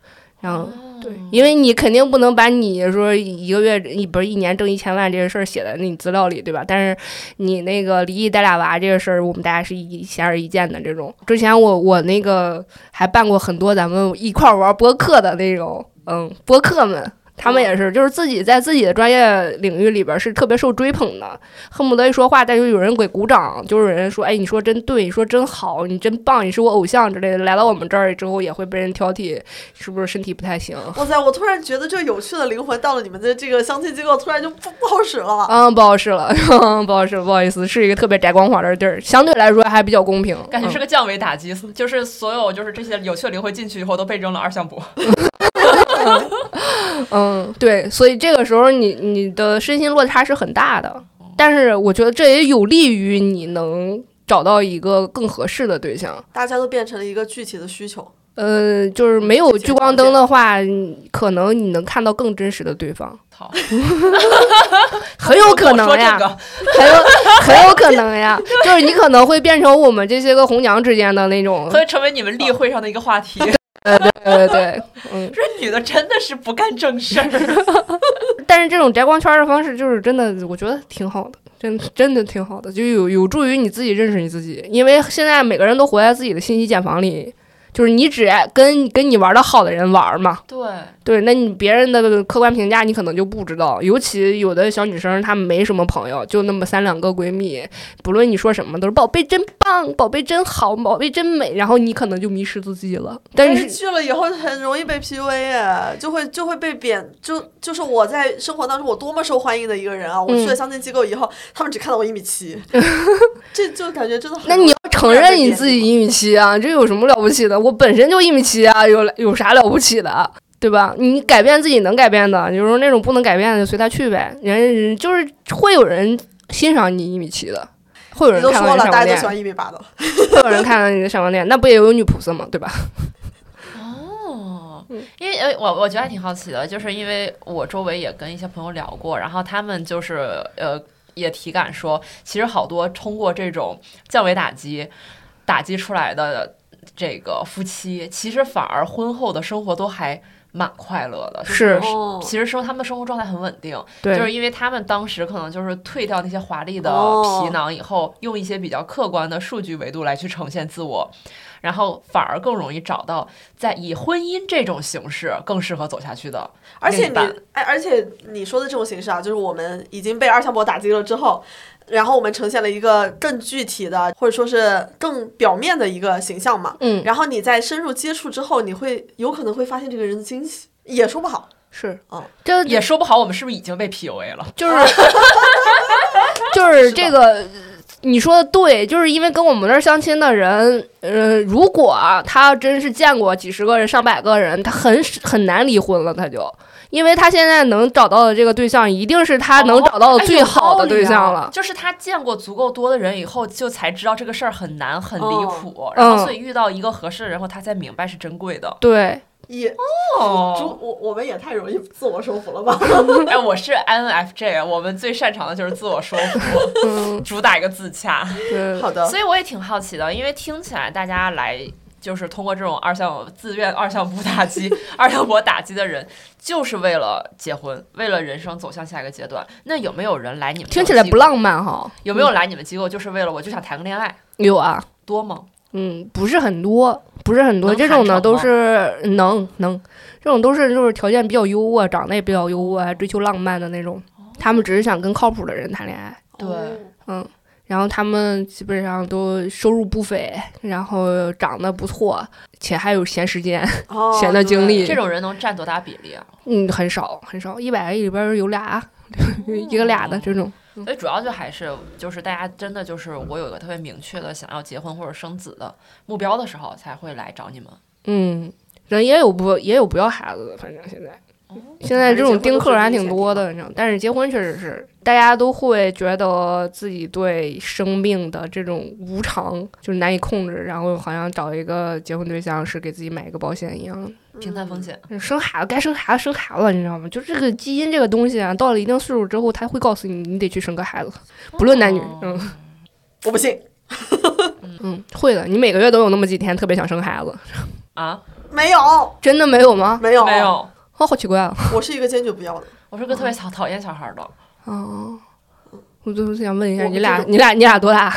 S2: 然后对，因为你肯定不能把你说一个月一不是一年挣一千万这个事儿写在你资料里，对吧？但是你那个离异带俩娃这个事儿，我们大家是一显而易见的这种。之前我我那个还办过很多咱们一块儿玩播客的那种，嗯，播客们。他们也是，就是自己在自己的专业领域里边儿是特别受追捧的，恨不得一说话，但就有人给鼓掌，就是有人说，哎，你说真对，你说真好，你真棒，你是我偶像之类的。来到我们这儿之后，也会被人挑剔，是不是身体不太行？
S3: 哇塞，我突然觉得这个有趣的灵魂到了你们的这个相亲机构，突然就不不好使了。
S2: 嗯，不好使了， [laughs] 嗯不好使了，不好意思，是一个特别宅光环的地儿，相对来说还比较公平。
S4: 感觉是
S2: 嗯、
S4: 个降维打击，就是所有就是这些有趣的灵魂进去以后都被扔了二向箔。
S2: 嗯，对，所以这个时候你你的身心落差是很大的，
S4: 哦
S2: 但是我觉得这也有利于你能找到一个更合适的对象。
S3: 大家都变成了一个具体的需求。
S2: 呃，就是没有聚光灯的话，你可能你能看到更真实的对方，
S4: 操，
S2: [laughs] 很有可能
S4: 我说
S2: 呀
S4: 这。个
S2: 很有很有可能呀，就是你可能会变成我们这些个红娘之间的那
S4: [laughs]
S2: 种，
S4: 会成为你们例会上的一个话题。
S2: 对对对对，嗯。
S4: 这女的真的是不干正事儿，
S2: 但是这种摘光圈的方式，就是真的，我觉得挺好的，真真的挺好的，就有有助于你自己认识你自己，因为现在每个人都活在自己的信息茧房里。就是你只爱跟跟你玩的好的人玩嘛，
S4: [laughs] 对，
S2: 对，那你别人的客观评价你可能就不知道，尤其有的小女生她没什么朋友，就那么三两个闺蜜，不论你说什么都是宝贝真棒，宝贝真好，宝贝真美，然后你可能就迷失自己了。但是
S3: 去了以后很容易被 PUA，哎就会就会被贬，就就是我在生活当中我多么受欢迎的一个人啊！
S2: 嗯
S3: 我去了相亲机构以后，他们只看到我一米
S2: [laughs]
S3: 七，这就感觉真的很。
S2: 那你要承认你自己一米七啊，这有什么了不起的？我本身就一米七啊，有有啥了不起的？啊对吧？你改变自己能改变的，有时候那种不能改变的就随他去呗。人人就是会有人欣赏你一米七的，会有
S3: 你
S2: 人
S3: 都
S2: 看
S3: 说
S2: 到你
S3: 了，大
S2: 的闪光
S3: 家都
S2: 点
S3: 喜，欢一米八的，
S2: 会有人看到你的闪光点，那 [laughs] 不也有女菩萨吗？对吧？
S4: 哦，因为呃我我觉得还挺好奇的，就是因为我周围也跟一些朋友聊过，然后他们就是呃也体感说，其实好多通过这种降维打击打击出来的这个夫妻，其实反而婚后的生活都还蛮快乐的，就是
S3: 哦
S4: 其实说他们的生活状态很稳定，
S2: 对，
S4: 就是因为他们当时可能就是退掉那些华丽的
S3: 哦
S4: 皮囊以后，用一些比较客观的数据维度来去呈现自我，然后反而更容易找到在以婚姻这种形式更适合走下去的。
S3: 而且
S4: 另一
S3: 你
S4: 半
S3: 哎，而且你说的这种形式啊，就是我们已经被二向箔打击了之后，然后我们呈现了一个更具体的，或者说是更表面的一个形象嘛。
S2: 嗯，
S3: 然后你在深入接触之后，你会有可能会发现这个人的惊喜，也说不好。
S2: 是
S3: 哦，
S2: 这
S4: 也说不好我们是不是已经被 PUA 了。
S2: 就是 [laughs] 就是这个，你说的对，就是因为跟我们那儿相亲的人，呃，如果啊他真是见过几十个人、上百个人，他很很难离婚了，他就。因为他现在能找到的这个对象，一定是他能找到
S4: 哎
S2: 最
S4: 有
S2: 好的
S4: 道理
S2: 对象
S4: 啊
S2: 了。
S4: 就是他见过足够多的人以后，就才知道这个事儿很难、很离
S3: 哦
S4: 谱，然后
S2: 嗯
S4: 所以遇到一个合适的人后，他才明白是珍贵的。
S2: 对，
S3: 也，就
S4: 哦，
S3: 我我们也太容易自我说服了吧？
S4: [laughs] 哎，我是 INFJ，我们最擅长的就是自我说服，
S2: 嗯，
S4: 主打一个自洽。
S2: 对，
S3: 好的，
S4: 哦所以我也挺好奇的，因为听起来大家来就是通过这种二项自愿二项不打击、 [laughs] 二项搏打击的人，就是为了结婚，为了人生走向下一个阶段。那有没有人来你们
S2: 听
S4: 这
S2: 起
S4: 种
S2: 来
S4: 机
S2: 不
S4: 构？
S2: 浪漫哈。
S4: 有没有来你们机构就是为了我就想谈个恋爱？
S2: 有啊，
S4: 多吗？
S2: 嗯，不是很多，不是很多，
S4: 能
S2: 这种
S4: 看
S2: 呢
S4: 成
S2: 都
S4: 吗
S2: 是能能，这种都是就是条件比较优渥，长得也比较优渥，还追求浪漫的那种。
S4: 哦
S2: 他们只是想跟靠谱的人谈恋爱，
S3: 哦
S4: 对
S2: 嗯，然后他们基本上都收入不菲，然后长得不错，且还有闲时间，
S3: 哦，
S2: 闲的精力
S3: 对
S4: 这种人能占多大比例啊？
S2: 嗯，很少很少，一百个里边儿有俩， [laughs] 一个
S4: 哦
S2: 俩的这种，
S4: 所以主要就还是就是大家真的就是我有一个特别明确的想要结婚或者生子的目标的时候才会来找你们。
S2: 嗯，人也有不也有不要孩子的，反正现在。现在这种丁克儿哦还挺多的，你知道，但是结婚确实是大家都会觉得自己对生命的这种无常就是难以控制，然后好像找一个结婚对象是给自己买一个保险一样。
S4: 平摊
S3: 嗯
S4: 风险，
S2: 生孩子该生孩子生孩子了，你知道吗？就这个基因这个东西啊，到了一定岁数之后，他会告诉你，你得去生个孩子，不论男女，嗯
S3: 我不信，
S2: 嗯，会的，你每个月都有那么几天特别想生孩子，
S4: 啊，
S3: 没有，
S2: 真的没有 [laughs] 吗？
S3: 没有，
S4: 没，有，
S2: 哦，好奇怪啊！
S3: 我是一个坚决不要的。
S4: 我是个特别讨讨厌小孩的。
S2: 哦，我就是想问一下
S3: 我们
S2: 你俩
S3: 这，种
S2: 你俩，你俩多大？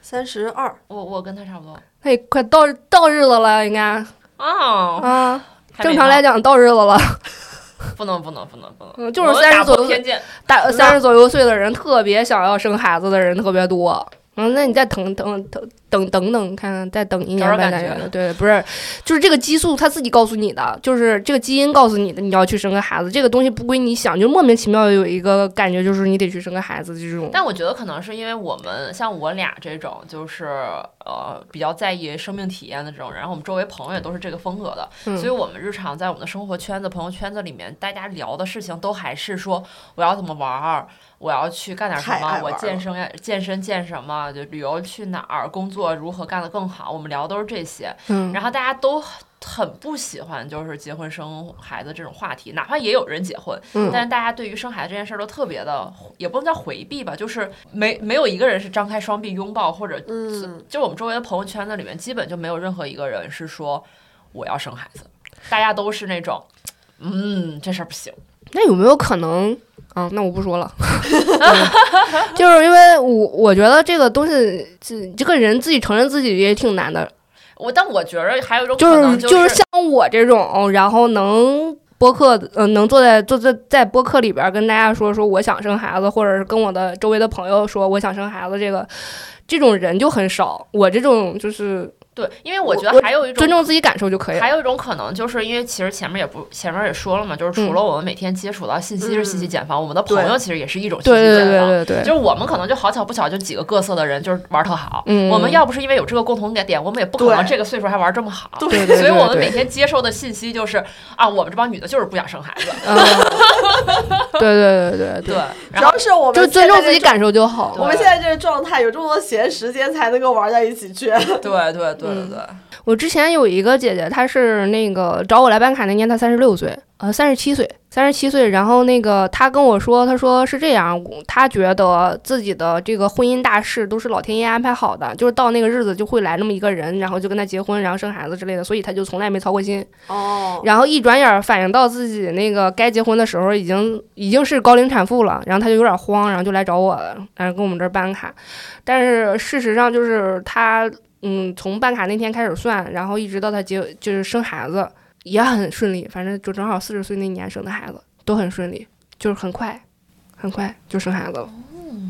S3: 三十二，
S4: 我我跟他差不多
S2: 那也快到到日子了，应该
S4: 哦，
S2: 啊，
S4: 还没
S2: 正常来讲到日子了，
S4: 到不能不能不能不能，
S2: 嗯就是
S4: 我
S2: 30
S4: 打破
S2: 左右
S4: 偏见，
S2: 大
S4: 那
S2: 三十左右岁的人特别想要生孩子的人特别多。嗯，那你再等等等等等等，看看再等一年
S4: 找找
S2: 半
S4: 感
S2: 年
S4: 觉，
S2: 对，不是，就是这个激素它自己告诉你的，就是这个基因告诉你的，你要去生个孩子，这个东西不归你想，就莫名其妙有一个感觉，就是你得去生个孩子这种。
S4: 但我觉得可能是因为我们像我俩这种，就是呃比较在意生命体验的这种人，然后我们周围朋友也都是这个风格的，
S2: 嗯
S4: 所以我们日常在我们的生活圈子、朋友圈子里面，大家聊的事情都还是说我要怎么玩儿，我要去干点什
S3: 太爱
S4: 么
S3: 玩，儿
S4: 我
S3: 了
S4: 健身呀健身健什么，就旅游去哪儿，工作如何干得更好，我们聊的都是这些。
S2: 嗯，
S4: 然后大家都很不喜欢就是结婚生孩子这种话题，哪怕也有人结婚，
S2: 嗯
S4: 但是大家对于生孩子这件事儿都特别的，也不能叫回避吧，就是没没有一个人是张开双臂拥抱，或者
S3: 嗯
S4: 就我们周围的朋友圈子里面，基本就没有任何一个人是说我要生孩子，
S2: 嗯
S4: 大家都是那种。嗯，这事儿不行。
S2: 那有没有可能啊？那我不 [laughs] 说了，嗯就是因为我我觉得这个东西，这这个人自己承认自己也挺难的，
S4: 我但我觉得还有一种
S2: 就
S4: 可能
S2: 是就是
S4: 是
S2: 像我这种，哦然后能播客，呃，能坐在坐在在播客里边儿跟大家说说我想生孩子，或者是跟我的周围的朋友说我想生孩子，这个这种人就很少。我这种就是
S4: 对，因为我觉
S2: 我
S4: 得还有一种
S2: 尊重自己感受就可以了
S4: 还。有一种可能，就是因为其实前面也不前面也说了嘛，就是
S2: 嗯
S4: 除了我们每天接触到信息是信息茧房，我们的朋友其实也是一种信
S2: 对嗯
S4: 息
S2: 对
S4: 茧房。
S2: 对对对
S4: 就
S2: 对，
S4: 是我们可能就好巧不巧，就几个各色的人就是玩特好。
S2: 嗯
S4: 我们要不是因为有这个共同点点，我们也不可能
S3: 对
S4: 这个岁数还玩这么好。
S3: 对
S2: 对对 [laughs]
S4: 所以我们
S2: 对
S4: 每天接受的信息就是啊，我们这帮女的就是不想生孩子。
S2: 嗯， [laughs] 对对对对
S4: 对
S3: 只
S2: 对，，
S4: 然后
S3: 要是我们
S2: 就尊
S3: 现在
S2: 重自己
S3: 这
S2: 感受就好
S3: 种。。我们现在这个状态，有这么多闲时间才能够玩在一起
S4: [laughs]
S3: 去。哦
S4: 对对
S2: 嗯
S4: 对对对，
S2: 我之前有一个姐姐，她是那个找我来办卡那年，她三十六岁，呃，三十七岁，三十七岁。然后那个她跟我说，她说是这样，她觉得自己的这个婚姻大事都是老天爷安排好的，就是到那个日子就会来那么一个人，然后就跟她结婚，然后生孩子之类的，所以她就从来没操过心。
S3: 哦，
S2: 然后一转眼儿反应到自己那个该结婚的时候，已经已经是高龄产妇了，然后她就有点慌，然后就来找我了，然后跟我们这儿办卡。但是事实上就是她，嗯，从办卡那天开始算，然后一直到她结就是生孩子也很顺利，反正就正好四十岁那年生的孩子都很顺利，就是很快，很快就生孩子了。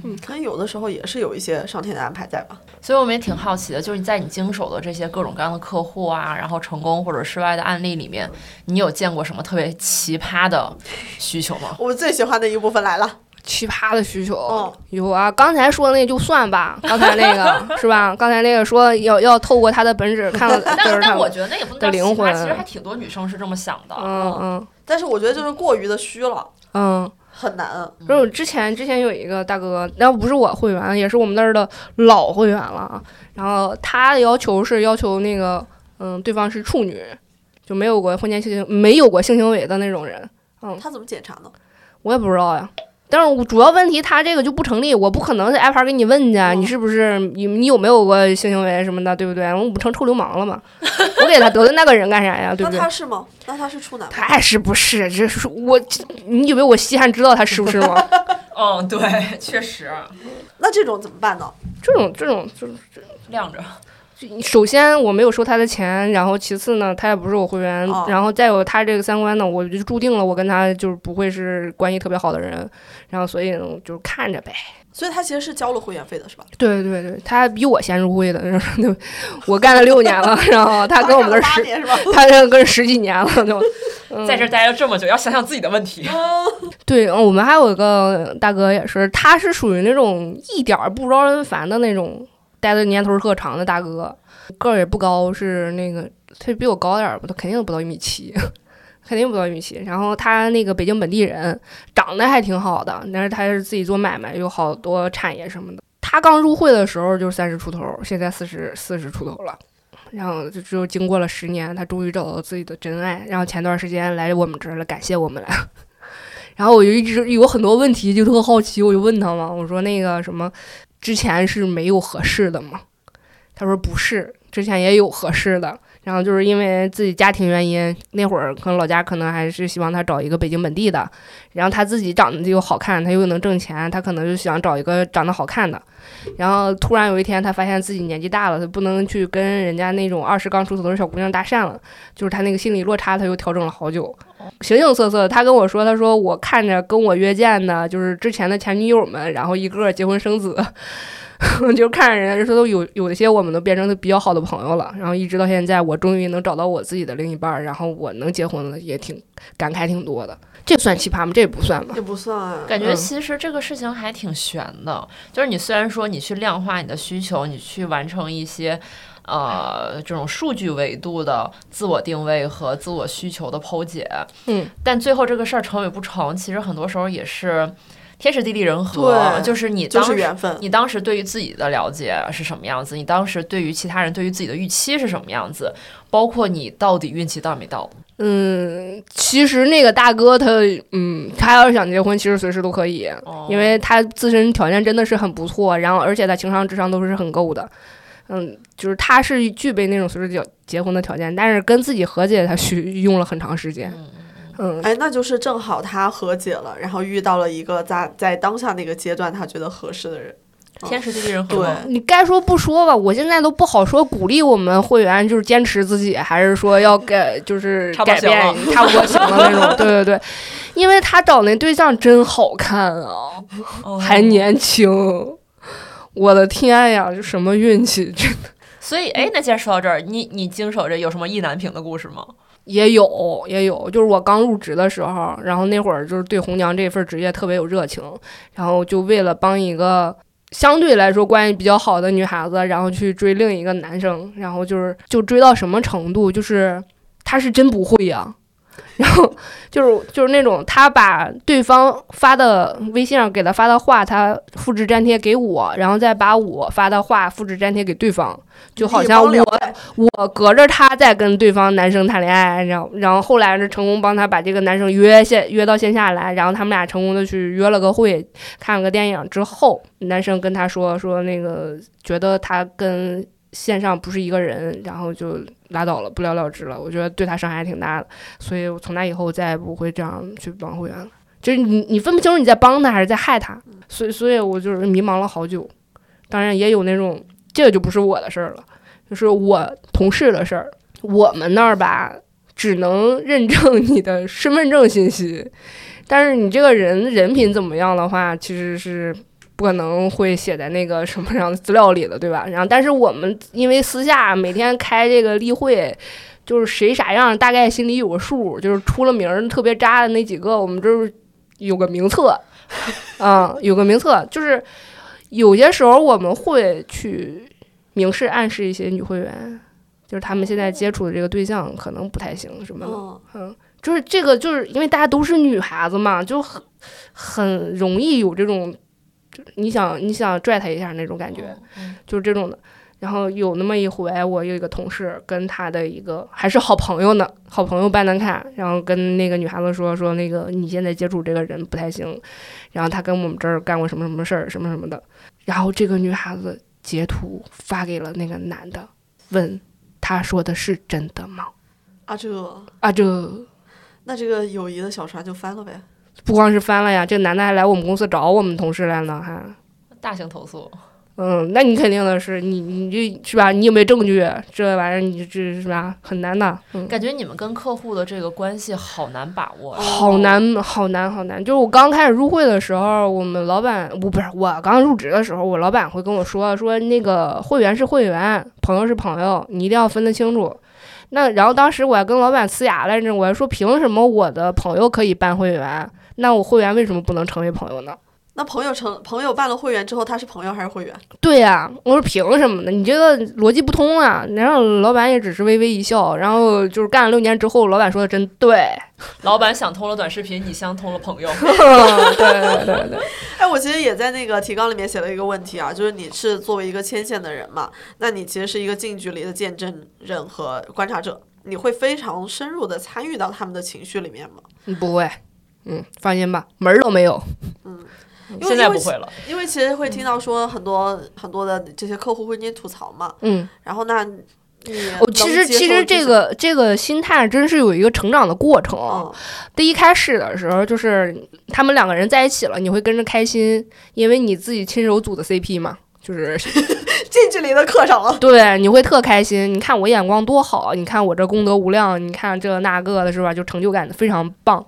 S3: 嗯可能有的时候也是有一些上天的安排在吧。
S4: 所以我们也挺好奇的，就是在你经手的这些各种各样的客户啊，然后成功或者失败的案例里面，你有见过什么特别奇葩的需求吗？
S3: 我们最喜欢的一部分来了，
S2: 奇葩的需求、
S3: 哦
S2: 有啊，刚才说的那就算吧，刚才那
S4: [laughs]
S2: 个是吧？刚才那个说要要透过他的本质看，就是
S4: 但
S2: 他
S4: 但我觉得那也不能叫
S2: 的灵
S4: 奇葩
S2: 魂
S4: 其实还挺多女生是这么想的。
S2: 嗯嗯
S3: 但是我觉得就是过于的虚了，
S2: 嗯，
S3: 很难。
S2: 然后之前之前有一个大哥，那不是我会员，也是我们那儿的老会员了啊。然后他的要求是要求那个，嗯，对方是处女，就没有过婚前性行没有过性行为的那种人，
S3: 他怎么检查呢？
S2: 我也不知道呀。但是我主要问题，他这个就不成立，我不可能在 app 上给你问去，啊
S3: 嗯
S2: 你是不是你你有没有过性行为什么的，对不对？我不成臭流氓了吗？ [laughs] 我给他得罪那个人干啥呀，对不
S3: 那
S2: 对
S3: 他？是吗？那他是处男吗？
S2: 他爱是不是？这是我，这你以为我稀罕知道他是不是吗？
S4: 嗯，对，确实
S3: 那这种怎么办呢？
S2: 这种这种就是
S4: 晾着。
S2: 首先我没有收他的钱，然后其次呢，他也不是我会员，
S3: 哦
S2: 然后再有他这个三观呢，我就注定了我跟他就是不会是关系特别好的人，然后所以呢就是看着呗。
S3: 所以他其实是交了会员费的，是吧？
S2: 对对对，他比我先入会的，然后就 [laughs] 我干了六年了，然后他跟我们这儿
S3: 干了八
S2: 十，
S3: 年是
S2: [laughs]
S3: 吧？ [laughs]
S2: 他这跟十几年了就。 [laughs] 嗯
S4: 在这儿待了这么久，要想想自己的问题。
S2: 对，哦我们还有一个大哥也是，他是属于那种一点儿不招人烦的那种，待的年头儿特长的大哥，个儿也不高，是那个他比我高点儿吧，他肯定不到一米七， [laughs] 肯定不到一米七。然后他那个北京本地人，长得还挺好的，但是他是自己做买卖，有好多产业什么的。他刚入会的时候就三十出头，现在四十四十出头了。然后就只有经过了十年，他终于找到自己的真爱。然后前段时间来我们这儿了，感谢我们来。然后我就一直有很多问题，就特好奇，我就问他嘛，我说那个什么，之前是没有合适的吗？他说不是，之前也有合适的，然后就是因为自己家庭原因，那会儿可能老家可能还是希望他找一个北京本地的，然后他自己长得又好看，他又能挣钱，他可能就想找一个长得好看的。然后突然有一天，他发现自己年纪大了，他不能去跟人家那种二十刚出头的小姑娘搭讪了，就是他那个心理落差，他又调整了好久。形形色色。他跟我说，他说我看着跟我约见的，就是之前的前女友们，然后一个个结婚生子， [laughs] 就看着人家就说都有有一些我们都变成比较好的朋友了。然后一直到现在，我终于能找到我自己的另一半儿，然后我能结婚了，也挺感慨挺多的。这算奇葩吗？这也不算吧。
S3: 也不算啊。
S4: [laughs] 感觉
S2: 嗯
S4: 其实这个事情还挺悬的，就是你虽然说你去量化你的需求，你去完成一些。呃，这种数据维度的自我定位和自我需求的剖解，
S2: 嗯，
S4: 但最后这个事儿成与不成，其实很多时候也是天时地利人和，
S3: 对
S4: 就是你
S3: 就
S4: 当
S3: 是
S4: 时
S3: 缘分，
S4: 你当时对于自己的了解是什么样子，你当时对于其他人对于自己的预期是什么样子，包括你到底运气到没到。
S2: 嗯，其实那个大哥他，嗯，他要是想结婚，其实随时都可以，
S4: 哦
S2: 因为他自身条件真的是很不错，然后而且他情商、智商都是很够的。嗯，就是他是具备那种随时结结婚的条件，但是跟自己和解，他需用了很长时间。嗯，
S3: 哎，那就是正好他和解了，然后遇到了一个在在当下那个阶段他觉得合适的人。
S4: 天时地利人和
S3: 对
S4: 嘛，，
S2: 你该说不说吧，我现在都不好说鼓励我们会员就是坚持自己，还是说要改就是
S4: 差不多
S2: 改变
S4: 行，
S2: 差不多行了那种。对对对，因为他找那对象真好看啊。
S4: 哦
S2: 还年轻，我的天呀，这什么运气？这
S4: 所以，哎，那既然说到这儿，你你经手这有什么意难平的故事吗？
S2: 也有也有，就是我刚入职的时候，然后那会儿就是对红娘这份职业特别有热情，然后就为了帮一个。相对来说关系比较好的女孩子，然后去追另一个男生，然后就是就追到什么程度，就是他是真不会呀、 [laughs] 然后就是就是那种他把对方发的微信上给他发的话，他复制粘贴给我，然后再把我发的话复制粘贴给对方，就好像
S3: 一帮聊
S2: 我我隔着他在跟对方男生谈恋爱，然后然后后来是成功帮他把这个男生约线约到线下来，然后他们俩成功的去约了个会，看了个电影之后，男生跟他说说那个觉得他跟线上不是一个人，然后就拉倒了，不了了之了。我觉得对他伤害还挺大的，所以我从那以后再也不会这样去帮会员了。就是你你分不清楚你在帮他还是在害他，所以所以我就是迷茫了好久。当然也有那种这个就不是我的事儿了。就是我同事的事儿。我们那儿吧，只能认证你的身份证信息，但是你这个人 [laughs] 人品怎么样的话，其实是不可能会写在那个什么样的资料里的，对吧？然后，但是我们因为私下每天开这个例会。就是谁啥样，大概心里有个数。就是出了名儿特别渣的那几个，我们这儿有个名册，啊、有个名册。就是有些时候我们会去明示暗示一些女会员，就是他们现在接触的这个对象可能不太行什么的。
S3: 嗯，
S2: 嗯，就是这个，就是因为大家都是女孩子嘛，就很很容易有这种，就是你想你想拽她一下那种感觉，就是这种的。然后有那么一回，我有一个同事跟他的一个还是好朋友呢，好朋友办的卡，然后跟那个女孩子说说那个你现在接触这个人不太行，然后他跟我们这儿干过什么什么事儿什么什么的，然后这个女孩子截图发给了那个男的，问他说的是真的吗？
S3: 啊，这
S2: 啊，这
S3: 那这个友谊的小船就翻了呗。
S2: 不光是翻了呀，这个男的还来我们公司找我们同事来了，还。
S4: 大型投诉，
S2: 嗯，那你肯定的是你，你就是吧？你有没有证据？这玩意儿你这是吧？很难的，嗯，
S4: 感觉你们跟客户的这个关系好难把握呀。
S2: 好难，好难，好难。就是我刚开始入会的时候，我们老板，我不是我刚入职的时候，我老板会跟我说说那个会员是会员，朋友是朋友，你一定要分得清楚。那然后当时我还跟老板呲牙来着，我还说凭什么我的朋友可以办会员，那我会员为什么不能成为朋友呢？
S3: 那朋友成朋友办了会员之后，他是朋友还是会员？
S2: 对呀、我说凭什么呢？你这个逻辑不通啊！然后老板也只是微微一笑，然后就是干了六年之后，老板说的真
S3: [laughs]
S2: 对，
S4: 老板想通了短视频，你想通了朋友。
S2: 对对对对，
S3: [laughs] 哎，我其实也在那个提纲里面写了一个问题啊，就是你是作为一个牵线的人嘛，那你其实是一个近距离的见证人和观察者，你会非常深入的参与到他们的情绪里面吗？
S2: 你不会，嗯，放心吧，门儿都没有。
S3: 因为
S4: 现在
S3: 因为
S4: 不会了，
S3: 因为其实会听到说很多很多的这些客户会跟你吐槽嘛，
S2: 嗯，
S3: 然后那你
S2: 我哦其
S3: 嗯
S2: 实
S3: 能接
S2: 其
S3: 受
S2: 实这
S3: 种
S2: 个这个心态真是有一个成长的过程。
S3: 嗯
S2: 第一开始的时候，就是他们两个人在一起了，你会跟着开心，因为你自己亲手组的 CP 嘛，就是
S3: 近距离的课程了，
S2: 对，你会特开心。你看我眼光多好，你看我这功德无量，你看这那个的是吧？就成就感非常棒。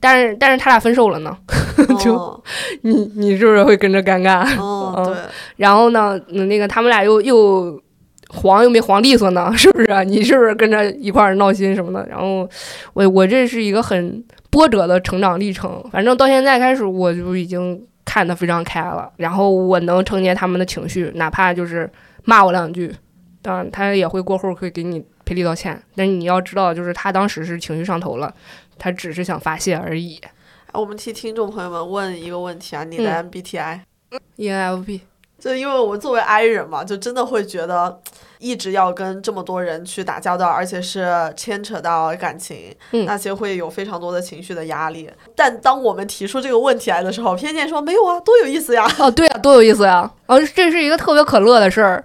S2: 但是但是他俩分手了呢， [laughs] 就
S3: 哦
S2: [laughs] 你你是不是会跟着尴尬？
S3: 哦
S2: 嗯
S3: 对，
S2: 然后呢，嗯那个他们俩又又黄又没黄利索呢， [laughs] 是不是啊、你是不是跟着一块儿闹心什么的？然后我我这是一个很波折的成长历程，反正到现在开始我就已经看得非常开了，然后我能承接他们的情绪，哪怕就是骂我两句，当然他也会过后会给你赔礼道歉，但你要知道，就是他当时是情绪上头了。他只是想发泄而已。
S3: 哎我们替听众朋友们问一个问题啊，你
S2: 嗯
S3: 的 MBTI，、
S2: ENFP，
S3: 就因为我们作为 I 人嘛，就真的会觉得一直要跟这么多人去打交道，而且是牵扯到感情，
S2: 嗯
S3: 那些会有非常多的情绪的压力。但当我们提出这个问题来的时候，偏见说没有啊，多有意思呀！
S2: [laughs] 哦，对啊，多有意思呀、啊！这是一个特别可乐的事儿，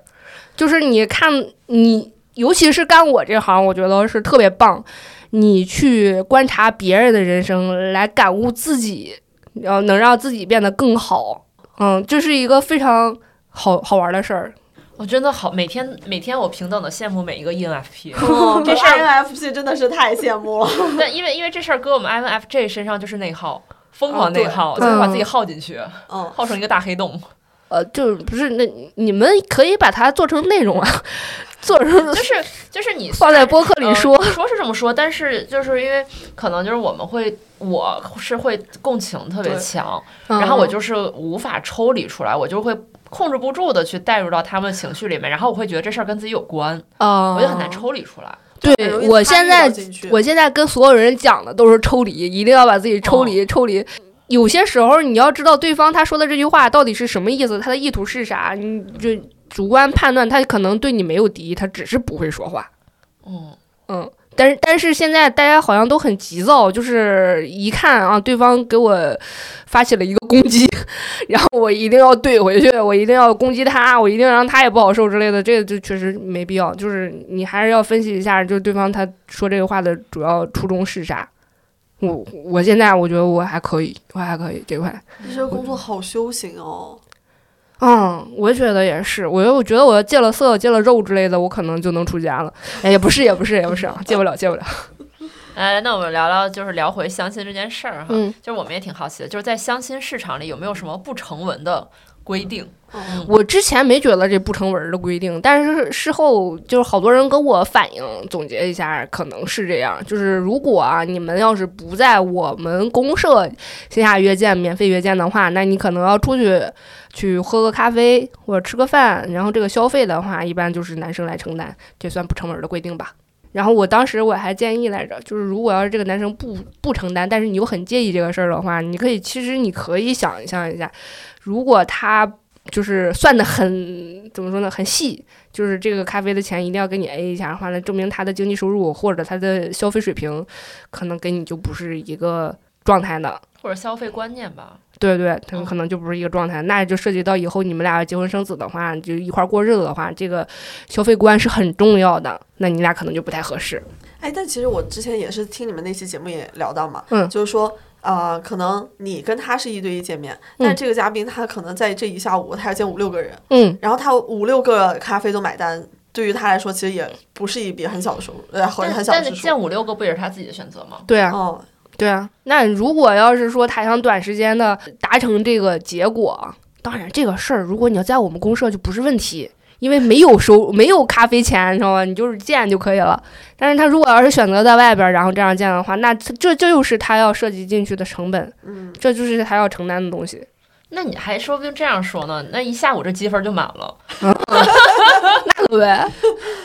S2: 就是你看你，尤其是干我这行，我觉得是特别棒。你去观察别人的人生，来感悟自己，然后能让自己变得更好。嗯，这是一个非常好好玩的事儿。
S4: 我真的好每天每天我平等的羡慕每一个 E [laughs] ENFP，
S3: [laughs] 哦，
S4: 这事儿
S3: INFP 真的是太羡慕了。
S4: 但因为因为这事儿搁我们 INFJ 身上就是内耗，疯
S3: 哦
S4: 狂
S3: 对
S4: 内耗，就是把
S2: 嗯
S4: 自己耗进去，
S3: 嗯，
S4: 耗成一个大黑
S2: [laughs]
S4: 洞。
S2: 呃，就不是那你们可以把它做成内容啊，做成
S4: 就是就是你
S2: 放在播客里说
S4: 呃、说是这么说，但是就是因为可能就是我们会，我是会共情特别
S3: 对
S4: 强，
S2: 嗯
S4: 然后我就是无法抽离出来，我就会。控制不住的去带入到他们的情绪里面，然后我会觉得这事儿跟自己有关，
S2: 啊，
S4: 我就很难。抽离出来。
S3: 很容易
S2: 对，我现在
S3: 参与到进去
S2: 我现在跟所有人讲的都是抽离，一定要把自己抽离、抽离。有些时候你要知道对方他说的这句话到底是什么意思，他的意图是啥，你就主观判断他可能对你没有敌意，他只是不会说话。
S4: 嗯，
S2: 嗯，但是但是现在大家好像都很急躁，就是一看啊，对方给我发起了一个攻击， [laughs] 然后我一定要怼回去，我一定要攻击他，我一定让他也不好受之类的，这个就确实没必要。就是你还是要分析一下，就是对方他说这个话的主要初衷是啥。我我现在我觉得我还可以，我还可以这块。
S3: 这些工作好修行哦。
S2: 嗯，我觉得也是。我我觉得我要戒了色、戒了肉之类的，我可能就能出家了。哎，也不是，也不是，也不是啊，戒不了，戒不了。
S4: 哎，那我们聊聊，就是聊回相亲这件事儿哈，
S2: 嗯
S4: 就是我们也挺好奇的，就是在相亲市场里有没有什么不成文的规定？
S3: 嗯，
S2: 我之前没觉得这不成文儿的规定，但是事后就是好多人跟我反映，总结一下，可能是这样。就是如果啊，你们要是不在我们公社线下约见、免费约见的话，那你可能要出去去喝个咖啡或者吃个饭，然后这个消费的话，一般就是男生来承担，这算不成文儿的规定吧。然后我当时我还建议来着，就是如果要是这个男生不不承担，但是你又很介意这个事儿的话，你可以其实你可以想象一下，如果他就是算的很怎么说呢，很细，就是这个咖啡的钱一定要给你 A 一下，完了证明他的经济收入或者他的消费水平，可能跟你就不是一个状态的。
S4: 或者消费观念吧。
S2: 对对，他
S4: 嗯
S2: 可能就不是一个状态，那就涉及到以后你们俩结婚生子的话，就一块儿过日子的话，这个消费观是很重要的，那你俩可能就不太合适。
S3: 哎，但其实我之前也是听你们那期节目也聊到嘛，
S2: 嗯
S3: 就是说。啊、可能你跟他是一对一见面，但这个嘉宾他可能在这一下午他要见五六个人，
S2: 嗯，
S3: 然后他五六个咖啡都买单，对于他来说其实也不是一笔很小的收入，呃，很很
S4: 但
S3: 小
S4: 但
S3: 的
S4: 是
S3: 支
S4: 见
S3: 出。
S4: 五六个不也是他自己的选择吗？
S2: 对啊，
S3: 哦，
S2: 对啊，那如果要是说他想短时间的达成这个结果，当然这个事儿，如果你要在我们公社就不是问题，因为没有收没有咖啡钱，你知道吗？你就是见就可以了。但是他如果要是选择在外边儿，然后这样见的话，那这这这又是他要涉及进去的成本，
S3: 嗯，
S2: 这就是他要承担的东西。
S4: 那你还说不定这样说呢，那一下午这积分就满了。
S2: 那可呗，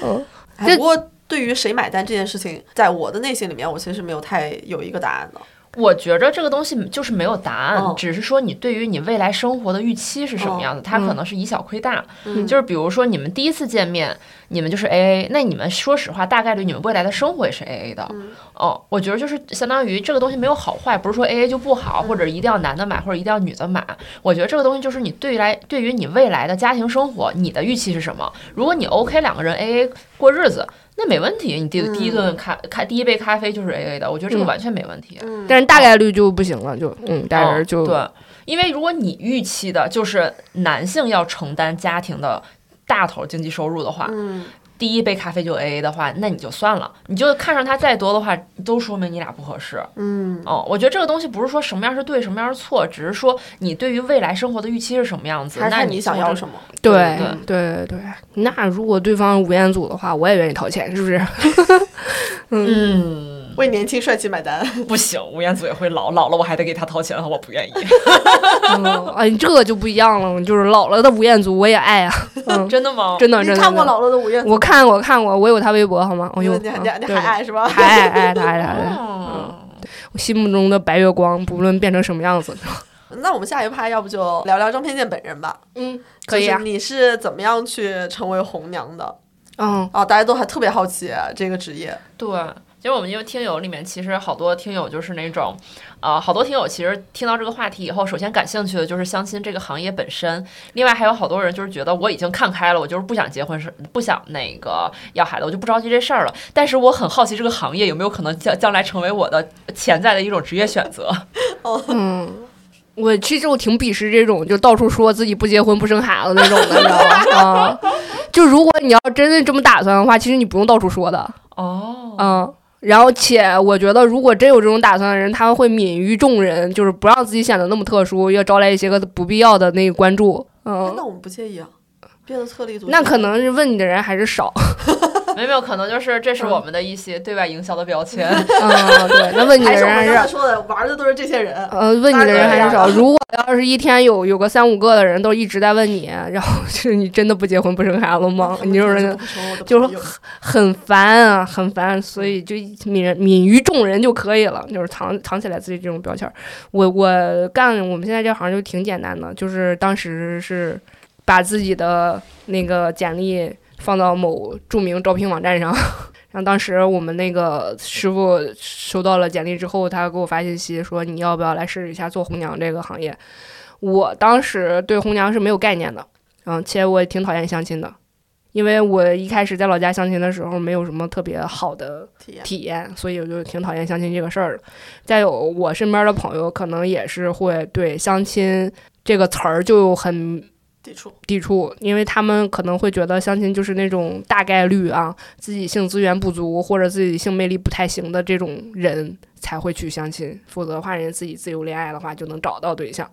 S4: 哦
S2: 嗯，
S3: 哎，
S2: 这
S3: 不过对于谁买单这件事情，在我的内心里面，我其实没有太有一个答案的。
S4: 我觉着这个东西就是没有答案，
S3: 嗯
S4: 只是说你对于你未来生活的预期是什么样的，它可能是以小亏大。
S3: 嗯
S4: 就是比如说你们第一次见面，你们就是 A A，那你们说实话，大概率你们未来的生活也是 A A 的。哦，我觉得就是相当于这个东西没有好坏，不是说 A A 就不好，或者一定要男的买，或者一定要女的买。我觉得这个东西就是你对来对于你未来的家庭生活，你的预期是什么？如果你 OK 两个人 A A 过日子。那没问题，你第第一顿咖咖第一杯咖啡就是 A A 的，我觉得这个
S2: 嗯
S4: 完全没问题。
S2: 但是大概率就不行了，就嗯，俩人就、
S4: 嗯对，因为如果你预期的就是男性要承担家庭的大头经济收入的话，
S3: 嗯，
S4: 第一杯咖啡就 A A 的话，那你就算了，你就看上他再多的话，都说明你俩不合适。
S3: 嗯，
S4: 哦，我觉得这个东西不是说什么样是对，什么样是错，只是说你对于未来生活的预期是什么样子，
S3: 还是
S4: 那
S3: 看你想要什
S4: 么。
S3: 么。
S2: 对
S4: 对
S2: 对对对，那如果对方吴彦祖的话，我也愿意掏钱，是不是？
S4: 嗯，
S3: 为年轻帅气买单，
S4: 不行，吴彦祖也会老，老了我还得给他掏钱的话，我
S3: [laughs]
S4: 不愿意。
S2: 嗯，哎，这个就不一样了，就是老了的吴彦祖我
S3: [laughs]
S2: 也爱啊，嗯，
S4: 真的吗？
S2: 真的
S3: 你
S2: 真的。
S3: 看过
S2: 真的
S3: 老了的五月
S2: 我看过看过，我有他微博好吗？哎
S3: 你
S2: 呦，
S3: 你
S2: 啊
S3: 你你
S2: 对
S3: 还爱是吧？
S2: 还爱爱他爱他爱他，
S4: 嗯，
S2: 我心目中的白月光，不论变成什么样子。
S3: 那我们下一趴要不就聊聊张偏见本人吧？
S2: 嗯，可以
S3: 就
S2: 啊
S3: 是，你是怎么样去成为红娘的？
S2: 嗯，
S3: 啊，大家都还特别好奇这个职业。
S4: 对，其实我们因为听友里面，其实好多听友就是那种，啊、好多听友其实听到这个话题以后，首先感兴趣的就是相亲这个行业本身，另外还有好多人就是觉得我已经看开了，我就是不想结婚，是不想那个要孩子，我就不着急这事儿了。但是我很好奇这个行业有没有可能将将来成为我的潜在的一种职业选择。 [laughs]
S2: 嗯，我其实我挺鄙视这种就到处说自己不结婚不生孩子那种的，你知道吗？啊，就如果你要真的这么打算的话，其实你不用到处说的，
S4: 哦，
S2: 嗯。然后，且我觉得，如果真有这种打算的人，他们会泯于众人，就是不让自己显得那么特殊，要招来一些个不必要的那个关注。嗯
S3: 那，我们不介意啊，变得特立独行。
S2: 那可能是问你的人还是
S3: [laughs]
S2: 少。
S4: 没有没有，可能就是这是我们的一些对外营销的标签。
S2: 嗯，对，那问你的
S3: 还是我
S2: 人啊还
S3: 们
S2: 是
S3: 刚才说的，玩的都是这些人。
S2: 呃，问你的人还是
S3: 当然
S2: 少。
S3: 了
S2: 如果要是一天有有个三五个的人都一直在问你，然后 [laughs] 就是你真的不结婚不生孩子吗？你就是就是很烦啊，很烦，所以就泯人泯于众人就可以了，就是藏藏起来自己这种标签儿。我我干我们现在这行就挺简单的，就是当时是把自己的那个简历放到某著名招聘网站上。然后当时我们那个师傅收到了简历之后，他给我发信息说你要不要来试一下做红娘这个行业。我当时对红娘是没有概念的，嗯，且我也挺讨厌相亲的，因为我一开始在老家相亲的时候没有什么特别好的
S3: 体验
S2: 体验，所以我就挺讨厌相亲这个事儿的。再有，我身边的朋友可能也是会对相亲这个词儿就很
S3: 抵触。 [laughs]
S2: 抵触，因为他们可能会觉得相亲就是那种大概率啊，自己性资源不足或者自己性魅力不太行的这种人才会去相亲，否则的话，人家自己自由恋爱的话就能找到对象。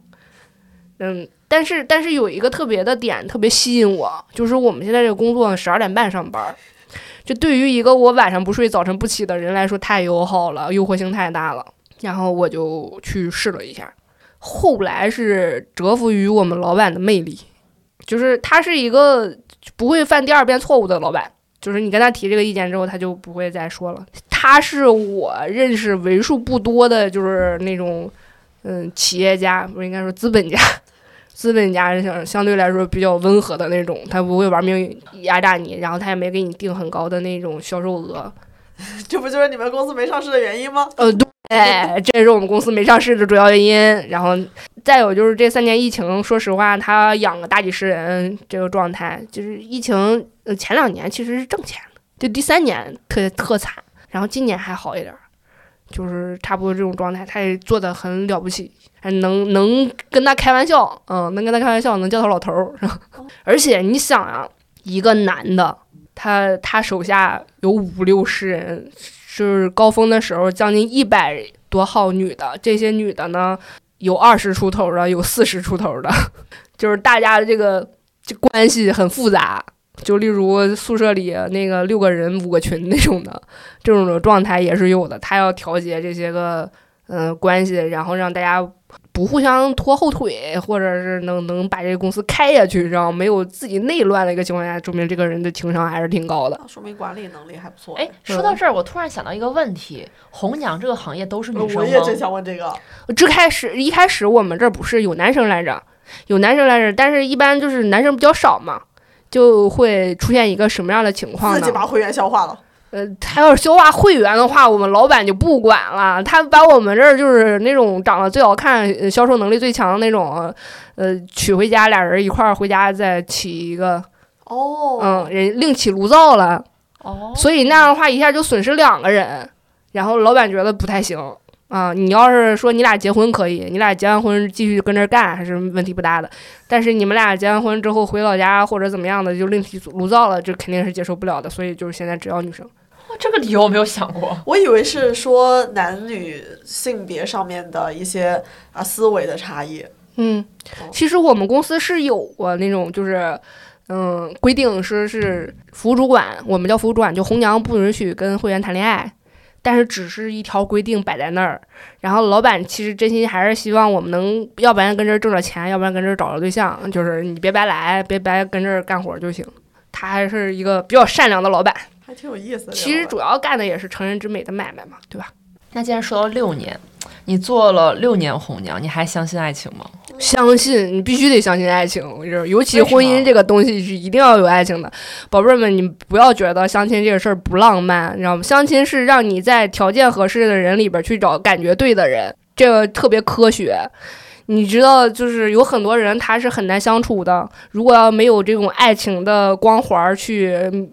S2: 嗯，但是但是有一个特别的点特别吸引我，就是我们现在这个工作十二点半上班儿，这对于一个我晚上不睡、早晨不起的人来说太友好了，诱惑性太大了。然后我就去试了一下，后来是折服于我们老板的魅力，就是他是一个不会犯第二遍错误的老板，就是你跟他提这个意见之后，他就不会再说了。他是我认识为数不多的，就是那种嗯企业家，不是应该说资本家， [laughs] 资本家相相对来说比较温和的那种，他不会玩命压榨你，然后他也没给你定很高的那种销售额。
S3: 这不就是你们公司没上市的原因吗？
S2: 呃，对，这也是我们公司没上市的主要原因。然后再有就是这三年疫情，说实话，他养了大几十人这个状态，就是疫情呃前两年其实是挣钱的，就第三年特特惨，然后今年还好一点儿，就是差不多这种状态，他也做的很了不起。还能能跟他开玩笑，嗯，能跟他开玩笑，能叫他老头儿。 [laughs] 是吧而且你想啊，一个男的，他他手下有五六十人，就是高峰的时候，将近一百多号女的，这些女的呢，有二十出头的，有四十出头的， [laughs] 就是大家的这个这关系很复杂。就例如宿舍里那个六个人五个群那种的，这种的状态也是有的。他要调节这些个嗯、呃关系，然后让大家不互相拖后腿，或者是能能把这个公司开下去，然后没有自己内乱的一个情况下，说明这个人的情商还是挺高的。
S3: 啊说明管理能力还不错。
S4: 哎，说到这儿，我突然想到一个问题：红娘这个行业都是女
S3: 呃，
S4: 生
S3: 我
S4: 吗？
S3: 也真想问这个。
S2: 最开始一开始我们这儿不是有男生来着，有男生来着，但是一般就是男生比较少嘛，就会出现一个什么样的情况
S3: 自
S2: 呢
S3: 己？把会员消化了，
S2: 呃，他要是消化会员的话，我们老板就不管了，他把我们这儿就是那种长得最好看、呃销售能力最强的那种，呃，娶回家，俩人一块儿回家再起一个，
S3: 哦，
S2: 嗯，人另起炉灶了，
S4: 哦，
S2: 所以那样的话一下就损失两个人，然后老板觉得不太行啊。你要是说你俩结婚可以，你俩结完婚继续跟这儿干还是问题不大的，但是你们俩结完婚之后回老家或者怎么样的就另起炉灶了，这肯定是接受不了的。所以就是现在只要女生，
S4: 哇这个理由我没有想过。
S3: 我以为是说男女性别上面的一些啊思维的差异。
S2: 嗯，其实我们公司是有过那种就是。嗯，规定说是服务主管，我们叫服务主管，就红娘不允许跟会员谈恋爱，但是只是一条规定摆在那儿。然后老板其实真心还是希望我们能，要不然跟这儿挣着钱，要不然跟这儿找着对象，就是你别白来，别白跟这儿干活就行。他还是一个比较善良的老板，
S3: 还挺有意思的。
S2: 其实
S3: 这
S2: 主要干的也是成人之美的买卖嘛，对吧？
S4: 那既然说到六年，你做了六年红娘，你还相信爱情吗？
S2: 相信你必须得相信爱情，我跟你说，尤其
S4: 为什么
S2: 婚姻这个东西是一定要有爱情的。宝贝儿们，你不要觉得相亲这个事儿不浪漫，你知道吗？相亲是让你在条件合适的人里边儿去找感觉对的人，这个特别科学。你知道，就是有很多人他是很难相处的，如果要没有这种爱情的光环儿去。嗯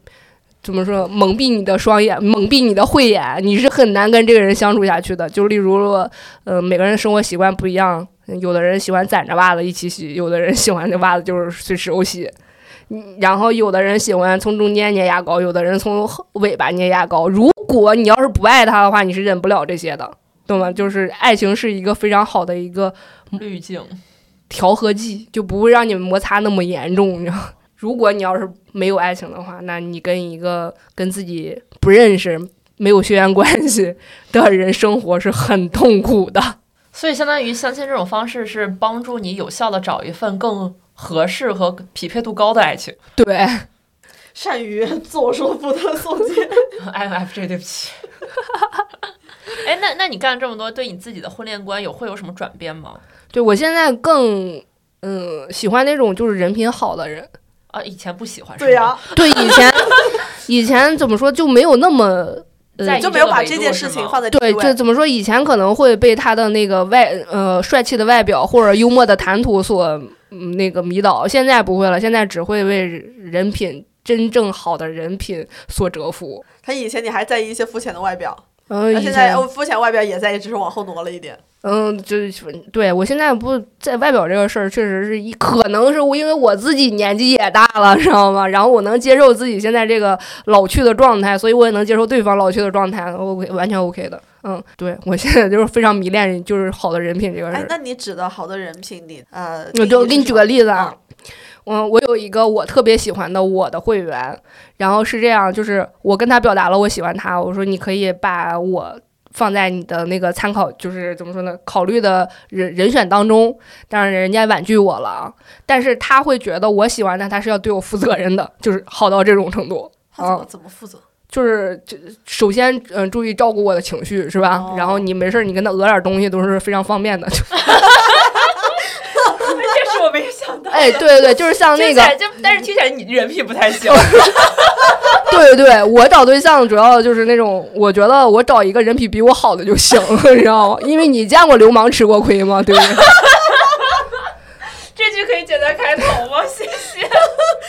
S2: 怎么说？蒙蔽你的双眼，蒙蔽你的慧眼，你是很难跟这个人相处下去的。就例如，呃，每个人生活习惯不一样，有的人喜欢攒着袜子一起洗，有的人喜欢这袜子就是随时欧洗。嗯然后有的人喜欢从中间粘牙膏，有的人从后尾巴粘牙膏。如果你要是不爱他的话，你是忍不了这些的，懂吗？就是爱情是一个非常好的一个
S4: 滤镜，
S2: 调和剂，就不会让你们摩擦那么严重，你知道吗。 [laughs] 如果你要是没有爱情的话，那你跟一个跟自己不认识、没有血缘关系的人生活是很痛苦的。 [laughs]
S4: 所以相当于相亲这种方式是帮助你有效的找一份更合适和匹配度高的爱 [laughs] 情。
S2: 对，
S3: 善于自我说服的宋
S2: [laughs]
S3: 姐，
S4: INFJ，对不起。哎，那那你干了这么多，对你自己的婚恋观有会有什么转变吗？
S2: 对我现在更嗯喜欢那种就是人品好的人。
S4: 啊，以前不喜欢，是
S3: 对呀、
S4: 吗
S2: 对，以 [laughs] 前以前怎么说就没有那么
S4: 在
S2: 呃
S4: 意。
S3: 就没有把这件事情放在第一
S2: 对，就
S3: 位。
S2: 怎么说？以前可能会被他的那个外呃帅气的外表或者幽默的谈吐所、嗯、那个迷倒，现在不会了，现在只会为人品真正好的人品所折服。
S3: 他以前你还在意一些肤浅的外表，
S2: 嗯，
S3: 那
S2: 以
S3: 现在
S2: 前
S3: 哦肤浅外表也在意，只是往后挪了一点。
S2: 嗯，就是对我现在不在外表这个事儿，确实是一可能是我因为我自己年纪也大了，知道吗？然后我能接受自己现在这个老去的状态，所以我也能接受对方老去的状态，OK，完全 OK 的。嗯，对我现在就是非常迷恋就是好的人品这个事
S3: 哎
S2: 儿，。
S3: 那你指的好的人品，你呃，
S2: 我就给你举个
S3: 例
S2: 例子啊，嗯，我有一个我特别喜欢的我的会员，然后是这样，就是我跟他表达了我喜欢他，我说你可以把我放在你的那个参考，就是怎么说呢，考虑的人人选当中，但是人家婉拒我了啊，但是他会觉得我喜欢他，他是要对我负责任的，就是好到这种程度。
S3: 他怎么
S2: 啊
S3: 怎么负责？ [laughs]
S2: 就是这首先，嗯、注意照顾我的情绪，是吧？
S3: 哦
S2: 然后你没事儿，你跟他讹点儿东西都是非常方便的，就
S4: [laughs] 这是我没想
S2: [laughs] 哎，对对对，就是像那个，
S4: 就但是听起来你人品不
S2: [laughs]
S4: 太行。
S2: 对对对，我找对象主要就是那种，我觉得我找一个人品比我好的就行了，你知道吗？因为你见过流氓吃过亏吗？对不对？
S4: 这句可以简单开头吗？谢谢。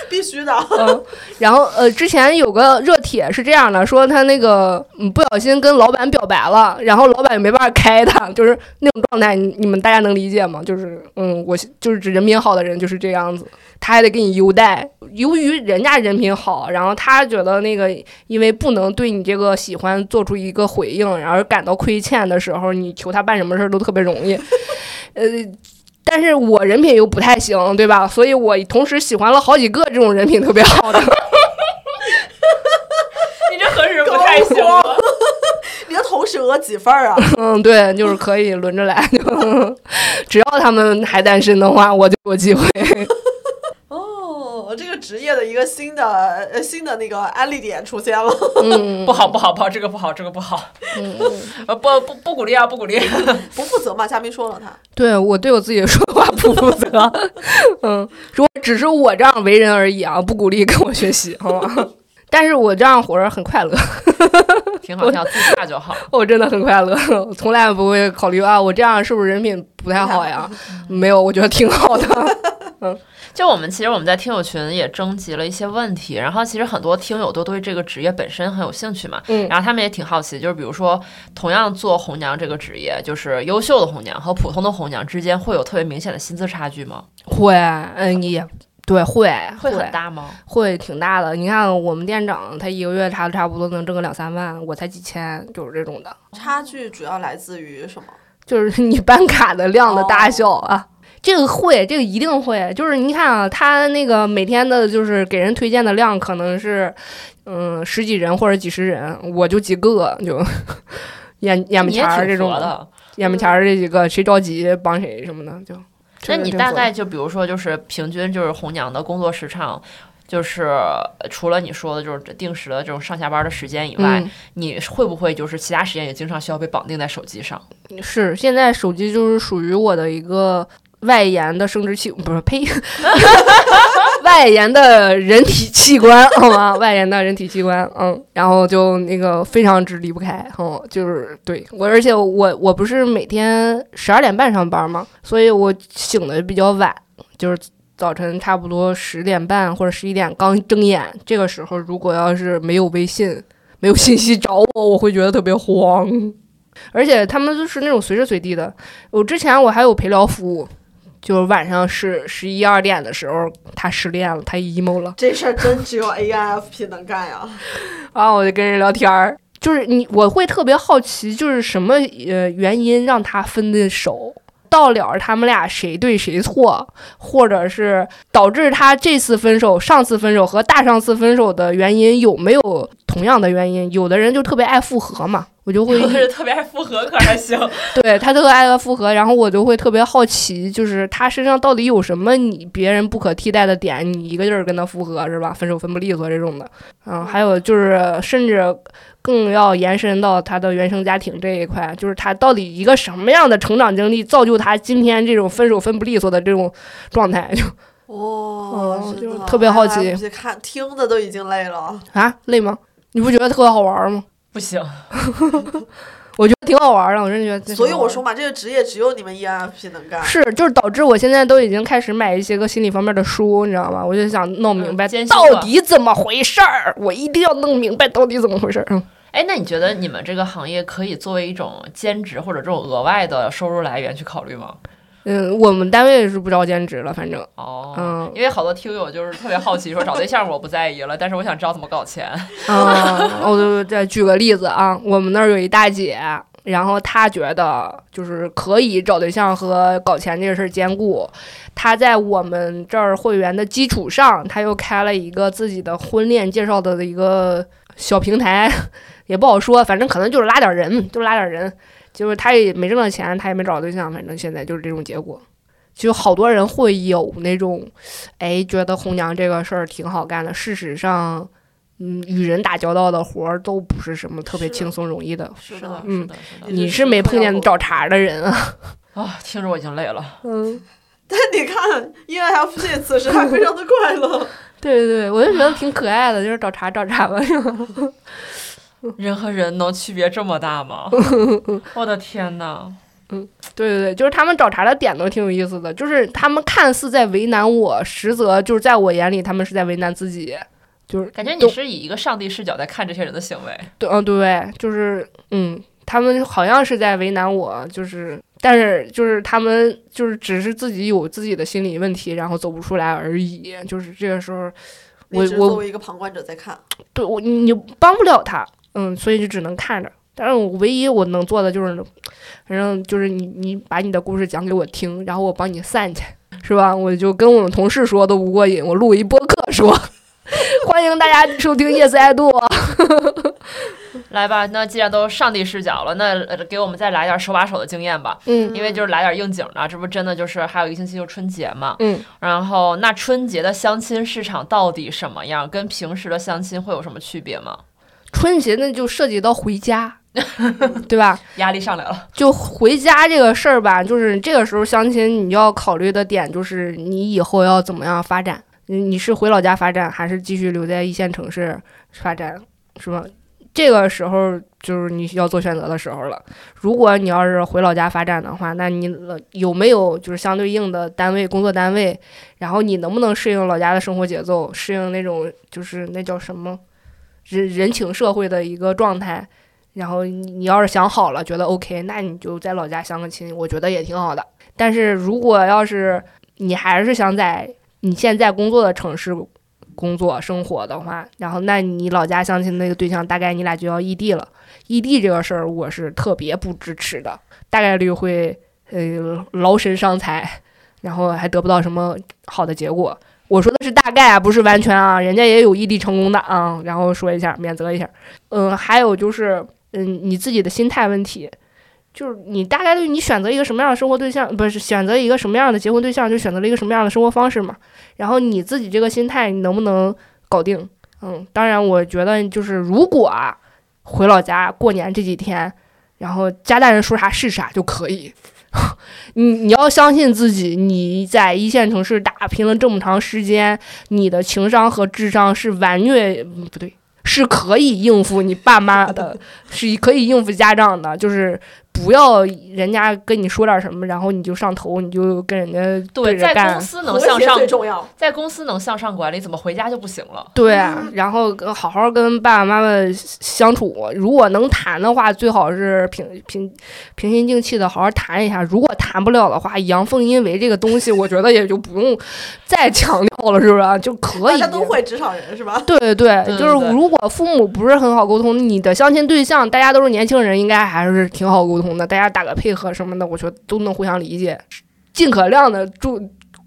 S3: 必须的。 [laughs]
S2: 嗯，然后呃，之前有个热帖是这样的，说他那个嗯不小心跟老板表白了，然后老板也没办法开他，就是那种状态，你你们大家能理解吗？就是嗯，我就是指人品好的人就是这样子，他还得给你优待。由于人家人品好，然后他觉得那个因为不能对你这个喜欢做出一个回应，然后感到亏欠的时候，你求他办什么事儿都特别容易，呃。但是我人品又不太行，对吧？所以我同时喜欢了好几个这种人品特别好的，
S4: 你这何止不太行了，
S3: 你的头是讹几份儿啊？ [laughs]
S2: 嗯，对，就是可以轮着来， [laughs] 只要他们还单身的话，我就有机会。
S3: 哦，这个职业的一个新的呃新的那个案例点出现了。 [laughs]
S2: 嗯，
S4: 不好不好不好，这个不好这个不好， [laughs] 呃不不不鼓励啊不鼓励。
S3: 不负责嘛，嘉宾说了他，
S2: [laughs] 对我对我自己说的话不负责。嗯，如果只是我这样为人而已啊，不鼓励跟我学习，好吗？ [laughs] 但是我这样活着很快乐，
S4: [laughs]
S2: [laughs]
S4: 挺好，挺好，自洽就 [laughs] 好。
S2: 我真的很快乐， [laughs] 我从来不会考虑啊，我这样是不是人品不太好呀？没有，我觉得挺好的。 [laughs]
S4: 就我们其实我们在听友群也征集了一些问题，然后其实很多听友都对这个职业本身很有兴趣嘛，
S2: 嗯
S4: 然后他们也挺好奇，就是比如说同样做红娘这个职业，就是优秀的红娘和普通的红娘之间会有特别明显的薪资差距吗？
S2: 会，嗯，你也对会
S4: 会很大吗？
S2: 会挺大的。你看我们店长，他一个月差差不多能挣个两三万，我才几千，就是这种的，
S3: 差距主要来自于什么？
S2: 就是 [laughs] 你办卡的量的大
S3: 哦
S2: 小啊。 [laughs] 这个会，这个一定会。就是你看啊，他那个每天的，就是给人推荐的量可能是，嗯，十几人或者几十人，我就几个，就 [laughs] 眼眼巴
S4: 你也
S2: 前儿这
S4: 挺
S2: 种
S4: 佛，的。
S2: 眼巴前儿这几个，谁着急帮谁什么的，就。
S4: 那
S2: 真的
S4: 你
S2: 挺
S4: 大
S2: 佛的
S4: 概就比如说，就是平均就是红娘的工作时长，就是呃除了你说的就是定时的这种上下班的时间以外，
S2: 嗯
S4: 你会不会就是其他时间也经常需要被绑定在手机上？
S2: 是，现在手机就是属于我的一个外延的生殖器，不是呸， [laughs] 外延的人体器官，好吗？外延的人体器官，嗯，然后就那个非常之离不开，嗯，就是对我，而且我我不是每天十二点半上班嘛，所以我醒的比较晚，就是。早晨差不多十点半或者十一点刚睁眼，这个时候如果要是没有微信、没有信息找我，我会觉得特别慌。而且他们就是那种随时随地的。我之前我还有陪聊服务，就是晚上十十一二点的时候，他失恋了，他 emo 了，
S3: 这事儿真只有 AIFP 能干呀！
S2: 然后我就跟人聊天儿。就是你，我会特别好奇，就是什么呃原因让他分的手，到了他们俩谁对谁错，或者是导致他这次分手、上次分手和大上次分手的原因有没有同样的原因？有的人就特别爱复合嘛，我
S4: [laughs]
S2: 就会
S4: 特别爱复合，可还行。 [laughs]
S2: [laughs] 对他特爱复合，然后我就会特别好奇，就是他身上到底有什么你别人不可替代的点，你一个劲儿跟他复合是吧？分手分不利索这种的，嗯，还有就是甚至更要延伸到他的原生家庭这一块，就是他到底一个什么样的成长经历造就他今天这种分手分不利索的这种状态？ [laughs] 就
S3: 哦
S2: 嗯
S3: 真
S2: 就是
S3: 的
S2: 特别好奇
S3: INFP 看听的都已经累了。
S2: 啊，累吗？你不觉得特好玩儿吗？
S4: 不行，
S2: 我觉得挺好玩儿的，我真觉得挺好玩儿的。
S3: 所以我说嘛，这个职业只有你们 ENFP 能干。
S2: 是，就是导致我现在都已经开始买一些个心理方面的书，你知道吗？我就想弄明白
S4: 嗯坚信
S2: 到
S4: 吧
S2: 底怎么回事儿，我一定要弄明白到底怎么回事儿。嗯，
S4: 哎，那你觉得你们这个行业可以作为一种兼职或者这种额外的收入来源去考虑吗？
S2: 嗯，我们单位是不招兼职了，反 [laughs] 正
S4: 哦，
S2: 嗯
S4: 因为好多听友就是特别好奇，说找对象我不在意了，但是我想知道怎么搞钱。
S2: 啊，我就再举个例子啊，我们那儿有一大姐，然后她觉得就是可以找对象和搞钱这事儿兼顾，她在我们这儿会员的基础上，她又开了一个自己的婚恋介绍的一个小平台， [laughs] 也不好说，反正可能就是拉点人，就拉点人，就是她也没挣到钱，她也没找到对象，反正现在就是这种结果。就好多人会有那种，哎，觉得红娘这个事儿挺好干的。事实上，嗯，与人打交道的活儿都不是什么特别
S3: 是
S2: 轻松容易的。
S3: 是
S4: 的
S3: 的，，
S4: 是的，是的。
S3: 嗯
S2: 你是没碰见找茬儿的人啊？ [laughs]
S4: 啊、听着我已经累了。
S2: 嗯，
S3: 但你看 ENF 这次是还非常的快乐，
S2: 对对对，我就觉得挺可爱的，就是找茬找茬 [laughs] 吧。
S4: 人和人能区别这么大
S2: [laughs]
S4: 吗？我的天呐！
S2: 对对对，就是他们找茬的点都挺有意思的，就是他们看似在为难我，实则就是在我眼里他们是在为难自己，就是
S4: 感觉你
S2: 都
S4: 是以一个上帝视角在看这些人的行为。
S2: 对，嗯对，就是嗯，他们好像是在为难我，就是但是就是他们就是只是自己有自己的心理问题，然后走不出来而已，就是这个时候我
S3: 你只是
S2: [laughs] 我
S3: 作为一个旁观者在看，
S2: 对我你你帮不了他，嗯，所以就只能看着。但是我唯一我能做的就是，反正就是你你把你的故事讲给我听，然后我帮你散去，是吧？ [laughs] 我就跟我们同事说都不过瘾，我录一播客说， [laughs] 欢迎大家收听《夜色爱度》。
S4: 来吧，那既然都上帝视角了，那呃给我们再来点手把手的经验吧，
S2: 嗯
S4: 因为就是来点应景的。这不真的就是还有一个星期就春节嘛，
S2: 嗯，
S4: 然后那春节的相亲市场到底什么样？跟平时的相亲会有什么区别吗？
S2: 春节那就涉及到回家，对吧？
S4: 压力上来了，
S2: 就回家这个事儿吧，就是这个时候相亲，你要考虑的点就是你以后要怎么样发展，你你是回老家发展，还是继续留在一线城市发展，是吧？这个时候就是你要做选择的时候了。如果你要是回老家发展的话，那你老有没有就是相对应的单位、工作单位？然后你能不能适应老家的生活节奏，适应那种就是那叫什么人人情社会的一个状态？然后你你要是想好了，觉得 OK，那你就在老家相个亲，我觉得也挺好的。但是如果要是你还是想在你现在工作的城市工作生活的话，然后那你老家相亲那个对象，大概你俩就要异地了。异地这个事儿，我是特别不支持的，大概率会呃劳神伤财，然后还得不到什么好的结果。我说的是大概啊，不是完全啊，人家也有异地成功的啊，然后说一下，免责一下。嗯，还有就是嗯，你自己的心态问题，就是你大概率你选择一个什么样的生活对象，不是选择一个什么样的结婚对象，就选择了一个什么样的生活方式嘛。然后你自己这个心态，你能不能搞定？嗯，当然，我觉得就是如果啊，回老家过年这几天，然后家大人说啥是啥就可以。 [laughs] 你你要相信自己，你在一线城市打拼了这么长时间，你的情商和智商是完虐，嗯不对，是可以应付你爸妈的 [laughs] 是可以应付家长的，就是不要人家跟你说点什么，然后你就上头，你就跟人家
S4: 对，
S2: 着
S4: 在
S2: 干
S4: 公。司能
S3: 和
S4: 向
S3: 谐
S4: 上，
S3: 最重要。
S4: 在公司能向上管理，怎么回家就不行了？
S2: 对啊，
S3: 嗯
S2: 然后跟好好跟爸爸妈妈相处。如果能谈的话，最好是平平平心静气的好好谈一下。如果谈不了的话，阳奉阴违这个东西，我觉得也就不用再强调了，是不是啊？就可
S3: 大
S2: 以。
S3: 家都会职场人是吧？
S2: 对对对
S4: 对，对
S2: 就是
S4: 对
S2: 如果父母不是很好沟通，你的相亲对象大家都是年轻人，应该还是挺好沟通的，大家打个配合什么的，我觉得都能互相理解，尽可量的祝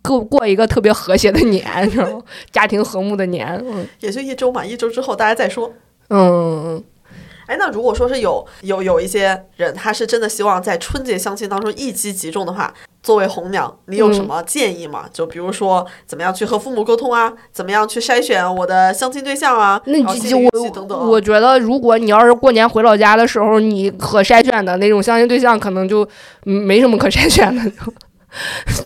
S2: 过过一个特别和谐的年，你知道吗？家庭和睦的年，嗯
S3: 也就一周嘛，一周之后大家再说。
S2: 嗯，
S3: 哎，那如果说是有有有一些人，他是真的希望在春节相亲当中一击即中的话，作为红娘，你有
S2: 嗯
S3: 什么建议吗？就比如说怎么样去和父母沟通啊，怎么样去筛选我的相亲对象啊，
S2: 那
S3: 然后
S2: 你
S3: 心
S2: 就
S3: 理预期
S2: 我
S3: 等等啊。
S2: 我觉得，如果你要是过年回老家的时候，你可筛选的那种相亲对象，可能就嗯没什么可筛选的，就 [laughs]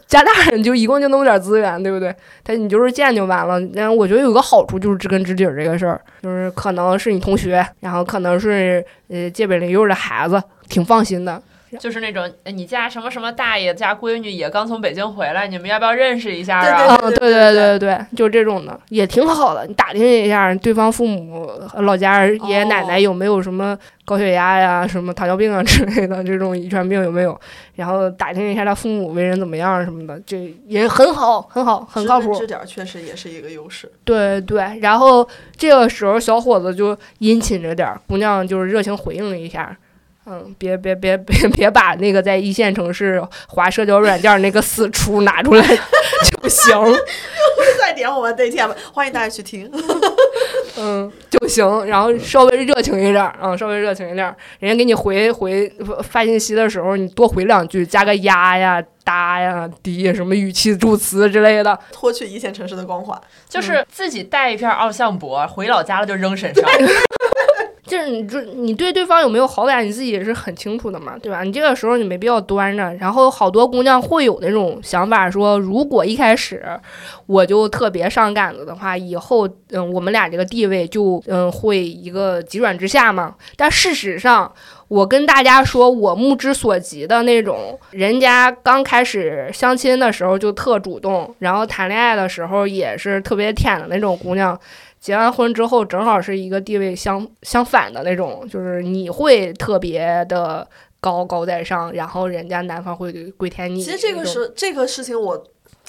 S2: 家大人就一共就那么点资源，对不对？他你就是见就完了。但我觉得有个好处就是知根知底儿这个事儿，就是可能是你同学，然后可能是呃借本邻幼的孩子，挺放心的。
S4: 就是那种呃你家什么什么大爷家闺女也刚从北京回来，你们要不要认识一下
S3: 对
S2: [laughs]
S4: 啊？
S3: 对
S2: 嗯，对对对对，就这种的也挺好的。你打听一下对方父母、呃老家人爷爷奶奶有没有什么高血压呀、什么糖尿病啊之类的这种遗传病有没有？然后打听一下他父母为人怎么样什么的，这也很好，很好，很靠谱。
S3: 这点儿确实也是一个优势。 [laughs]
S2: 对对，然后这个时候小伙子就殷勤着点儿，姑娘就是热情回应了一下。嗯，别别别别别把那个在一线城市划社交软件儿那个死出拿出来 [laughs] 就行。
S3: 再点我们 DTM，欢迎大家去听。 [laughs]
S2: 嗯，就行，然后稍微热情一点儿，啊，稍微热情一点儿。人家给你回回发信息的时候，你多回两句，加个呀呀、哒呀、滴什么语气助词之类的。
S3: 脱去一线城市的光环，
S4: 就是自己带一片奥向箔，回老家了就扔身上。
S2: 就是你这你对对方有没有好感，你自己也是很清楚的嘛，对吧？你这个时候你没必要端着。然后好多姑娘会有那种想法说，如果一开始我就特别上杆子的话，以后嗯我们俩这个地位就嗯会一个急转直下嘛。但事实上，我跟大家说，我目之所及的那种，人家刚开始相亲的时候就特主动，然后谈恋爱的时候也是特别舔的那种姑娘，结完婚之后正好是一个地位相相反的那种，就是你会特别的高高在上，然后人家男方会跪舔你。
S3: 其实这个
S2: 那种
S3: 是这个事情我。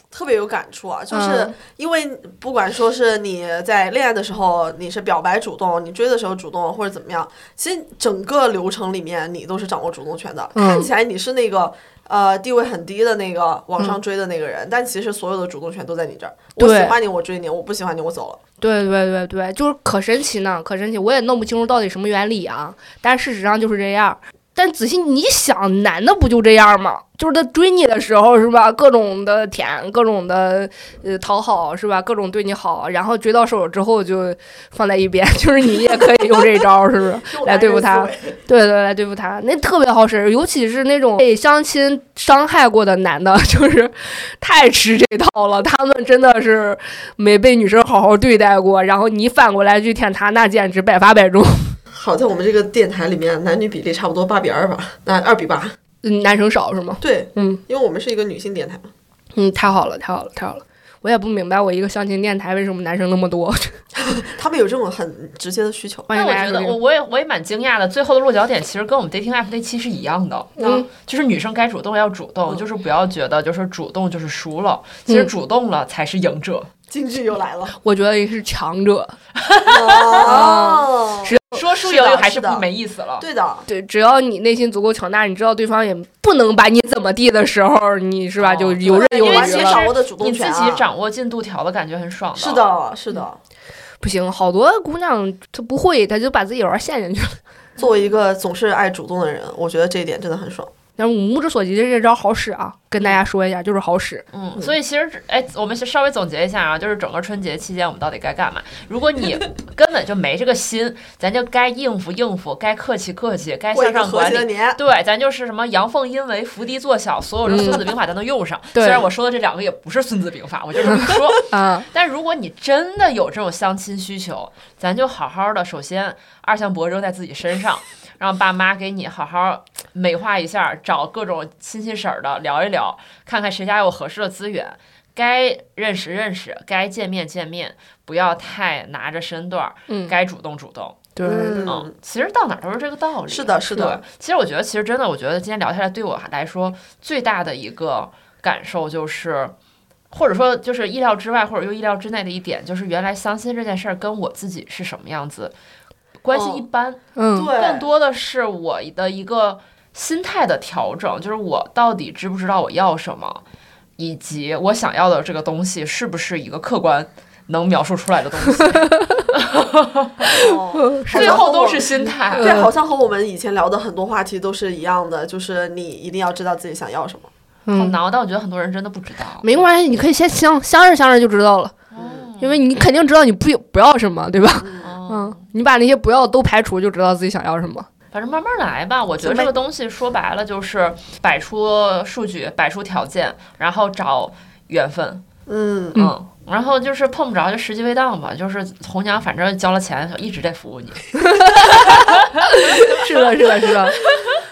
S3: 特别有感触啊，就是
S2: 嗯
S3: 因为不管说是你在恋爱的时候，你是表白主动，你追的时候主动或者怎么样，其实整个流程里面你都是掌握主动权的。
S2: 嗯
S3: 看起来你是那个呃地位很低的那个往上
S2: 嗯
S3: 追的那个人，但其实所有的主动权都在你这儿。我喜
S2: 对
S3: 欢你，我追你；我不喜欢你，我走了。
S2: 对对对对，就是可神奇呢，可神奇，我也弄不清楚到底什么原理啊。但事实上就是这样。但仔细你想，男的不就这样吗？就是他追你的时候是吧，各种的舔，各种的呃讨好是吧，各种对你好，然后追到手之后就放在一边， [laughs] 就是你也可以用这招，是不是？
S3: 用
S2: 来
S3: 男
S2: 对
S3: 人
S2: 付
S3: 思
S2: 他 [laughs]
S3: 维，
S2: 对对，来对付他，那特别好使，尤其是那种被相亲伤害过的男的， [laughs] 就是太吃这套了。他们真的是没被女生好好对待过，然后你反过来去舔他，那简直百发百中。
S3: 好在我们这个电台里面男女比例差不多八比二吧，那二比八。
S2: 嗯男生少是吗？
S3: 对，
S2: 嗯
S3: 因为我们是一个女性电台嘛。
S2: 嗯，太好了，太好了，太好了。我也不明白，我一个相亲电台为什么男生那么多。
S3: 他们有这种很直接的需求。
S2: 欢
S4: 但
S2: 迎
S4: 我
S2: 大家
S4: 觉
S2: 收
S4: 得
S2: 听
S4: 我我也我也蛮惊讶的，最后的落脚点其实跟我们 dating app 那期是一样的，
S2: 嗯，
S4: 就是女生该主动要主
S3: 嗯
S4: 动，就是不要觉得就是主动就是输了，其实
S2: 嗯
S4: 主动了才是赢者。
S3: 京剧又来了， [laughs]
S2: 我觉得也是强者，
S3: 哦
S2: 是
S4: 说输
S3: 是
S4: 赢
S3: 的
S4: 还
S3: 是
S4: 是
S3: 的
S4: 不没意思了。
S3: 对的，
S2: 对，只要你内心足够强大，你知道对方也不能把你怎么地的时候，你是吧，
S4: 哦
S2: 就
S4: 对
S2: 游刃有
S4: 因
S2: 余
S4: 为
S3: 完
S4: 其实
S3: 全
S2: 了。
S3: 掌握的主
S4: 你
S3: 动
S4: 自
S3: 权、啊，
S4: 己掌握进度条的感觉很爽
S3: 是，的，是的。
S2: 不行，好多姑娘她不会，她就把自己玩陷进去了。
S3: 作为一个总是爱主动的人，我觉得这一点真的很爽。
S2: 但是我目之所及，这招好使啊！跟大家说一下，就是好使。
S4: 嗯，所以其实哎，我们稍微总结一下啊，就是整个春节期间我们到底该干嘛？如果
S3: [laughs]
S4: 你根本就没这个心，咱就该应付应付，该客气客气，该
S3: 过一
S4: 哎向
S3: 个
S4: 上
S3: 和
S4: 管
S3: 谐的
S4: 理。
S3: 年，
S4: 对，咱就是什么阳奉阴违，伏低作小，所有的
S2: 嗯
S4: 孙子兵法咱都用上。
S2: 对
S4: 虽然我说的这两个也不是孙子兵法，我就这么
S2: [laughs]
S4: 说。
S2: 啊，
S4: 但如果你真的有这种相亲需求，咱就好好的，首先二向箔扔在自己身上，让爸妈给你好好美化一下，找各种亲戚婶儿的聊一聊，看看谁家有合适的资源，该认识认识，该见面见面，不要太拿着身段儿，
S2: 嗯，
S4: 该主动主动。
S2: 对，
S3: 嗯
S4: 嗯，其实到哪儿都是这个道理。
S3: 是的是的
S4: 对。其实我觉得，其实真的，我觉得今天聊下来，对我来说最大的一个感受就是，或者说就是意料之外，或者又意料之内的一点，就是原来相亲这件事儿跟我自己是什么样子关系
S3: 嗯
S4: 一般，
S2: 嗯，
S3: 对，
S4: 更多的是我的一个心态的调整，就是我到底知不知道我要什么，以及我想要的这个东西是不是一个客观能描述出来
S3: [laughs]
S4: 的东西，
S3: 哦好
S4: 最
S3: 像
S4: 后
S3: 和
S4: 都
S3: 我
S4: 是心态。
S3: 对，好像和我们以前聊的很多话题都是一样的，就是你一定要知道自己想要什么。
S4: 好
S2: 嗯，
S4: 挠，但我觉得很多人真的不知道。哦
S2: 没关系，你可以先相相着相着就知道了，因为你肯定知道你不不要什么，对吧？
S4: 嗯，
S2: 嗯，你把那些不要都排除，就知道自己想要什么。
S4: 反正慢慢来吧。我觉得
S3: 准备
S4: 这个东西说白了就是摆出数据，摆出条件，然后找缘分。
S3: 嗯，
S2: 嗯
S4: 嗯，然后就是碰不着就时机未到吧。就是红娘反正交了钱，一直在服务你。
S2: 是的，是的，是的。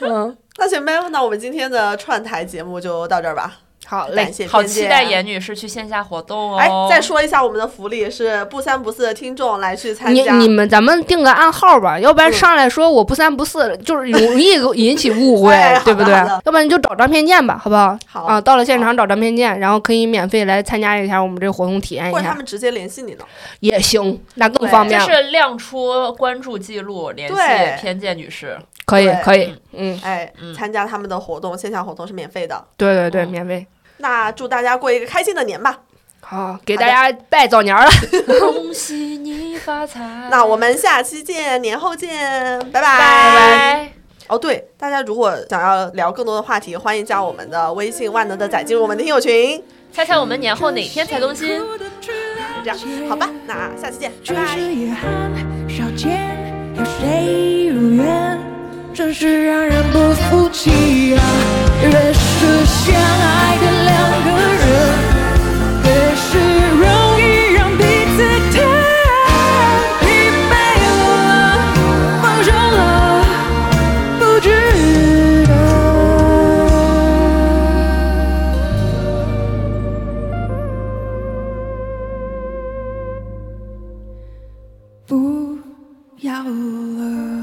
S2: 嗯，
S3: 那行呗，那我们今天的串台节目就到这儿吧。
S2: 好嘞
S3: 感，谢
S4: 好
S3: 编
S4: 期
S3: 辑
S4: 待严女士去线下活动哦。
S3: 啊哎，再说一下我们的福利是不三不四的听众来去参
S2: 你
S3: 加。
S2: 你们咱们定个暗号吧，要不然
S3: 嗯
S2: 上来说我不三不四，就是容易引起误会
S3: 哎，
S2: 对不对？
S3: 好的好的
S2: 要不然你就找张片见吧，好不好？
S3: 好
S2: 啊，到了现场找张片见，然后可以免费来参加一下我们这个活动，体验一
S3: 或者他
S2: 下
S3: 们直接联系你呢？
S2: 也行，那更方
S4: 就
S2: 便了。
S4: 是亮出关注记录，联系
S3: 对
S4: 偏见女士。
S2: 可以
S3: 对
S2: 可以，嗯，
S3: 哎，
S4: 嗯
S3: 参加他们的活动，线下活动是免费的。
S2: 对对对，
S4: 嗯
S2: 免费。
S3: 那祝大家过一个开心的年吧！
S2: 好，给大家拜早
S3: [laughs]
S2: 年了，
S4: 恭喜你发财。
S3: 那我们下期见，年后见，拜
S4: 拜
S3: 拜。
S4: 拜。
S3: 哦，对，大家如果想要聊更多的话题，欢迎加我们的微信“万能的仔”进入我们的听友群。
S4: 猜猜我们年后哪天才更新？
S3: 这样，好吧，那下期见，
S1: 这
S3: 拜拜。
S1: 是约翰，少见有谁如愿？真是让人不服气啊！越是相爱的两个人，越是容易让彼此太疲惫了、放手了，不值得。不要了。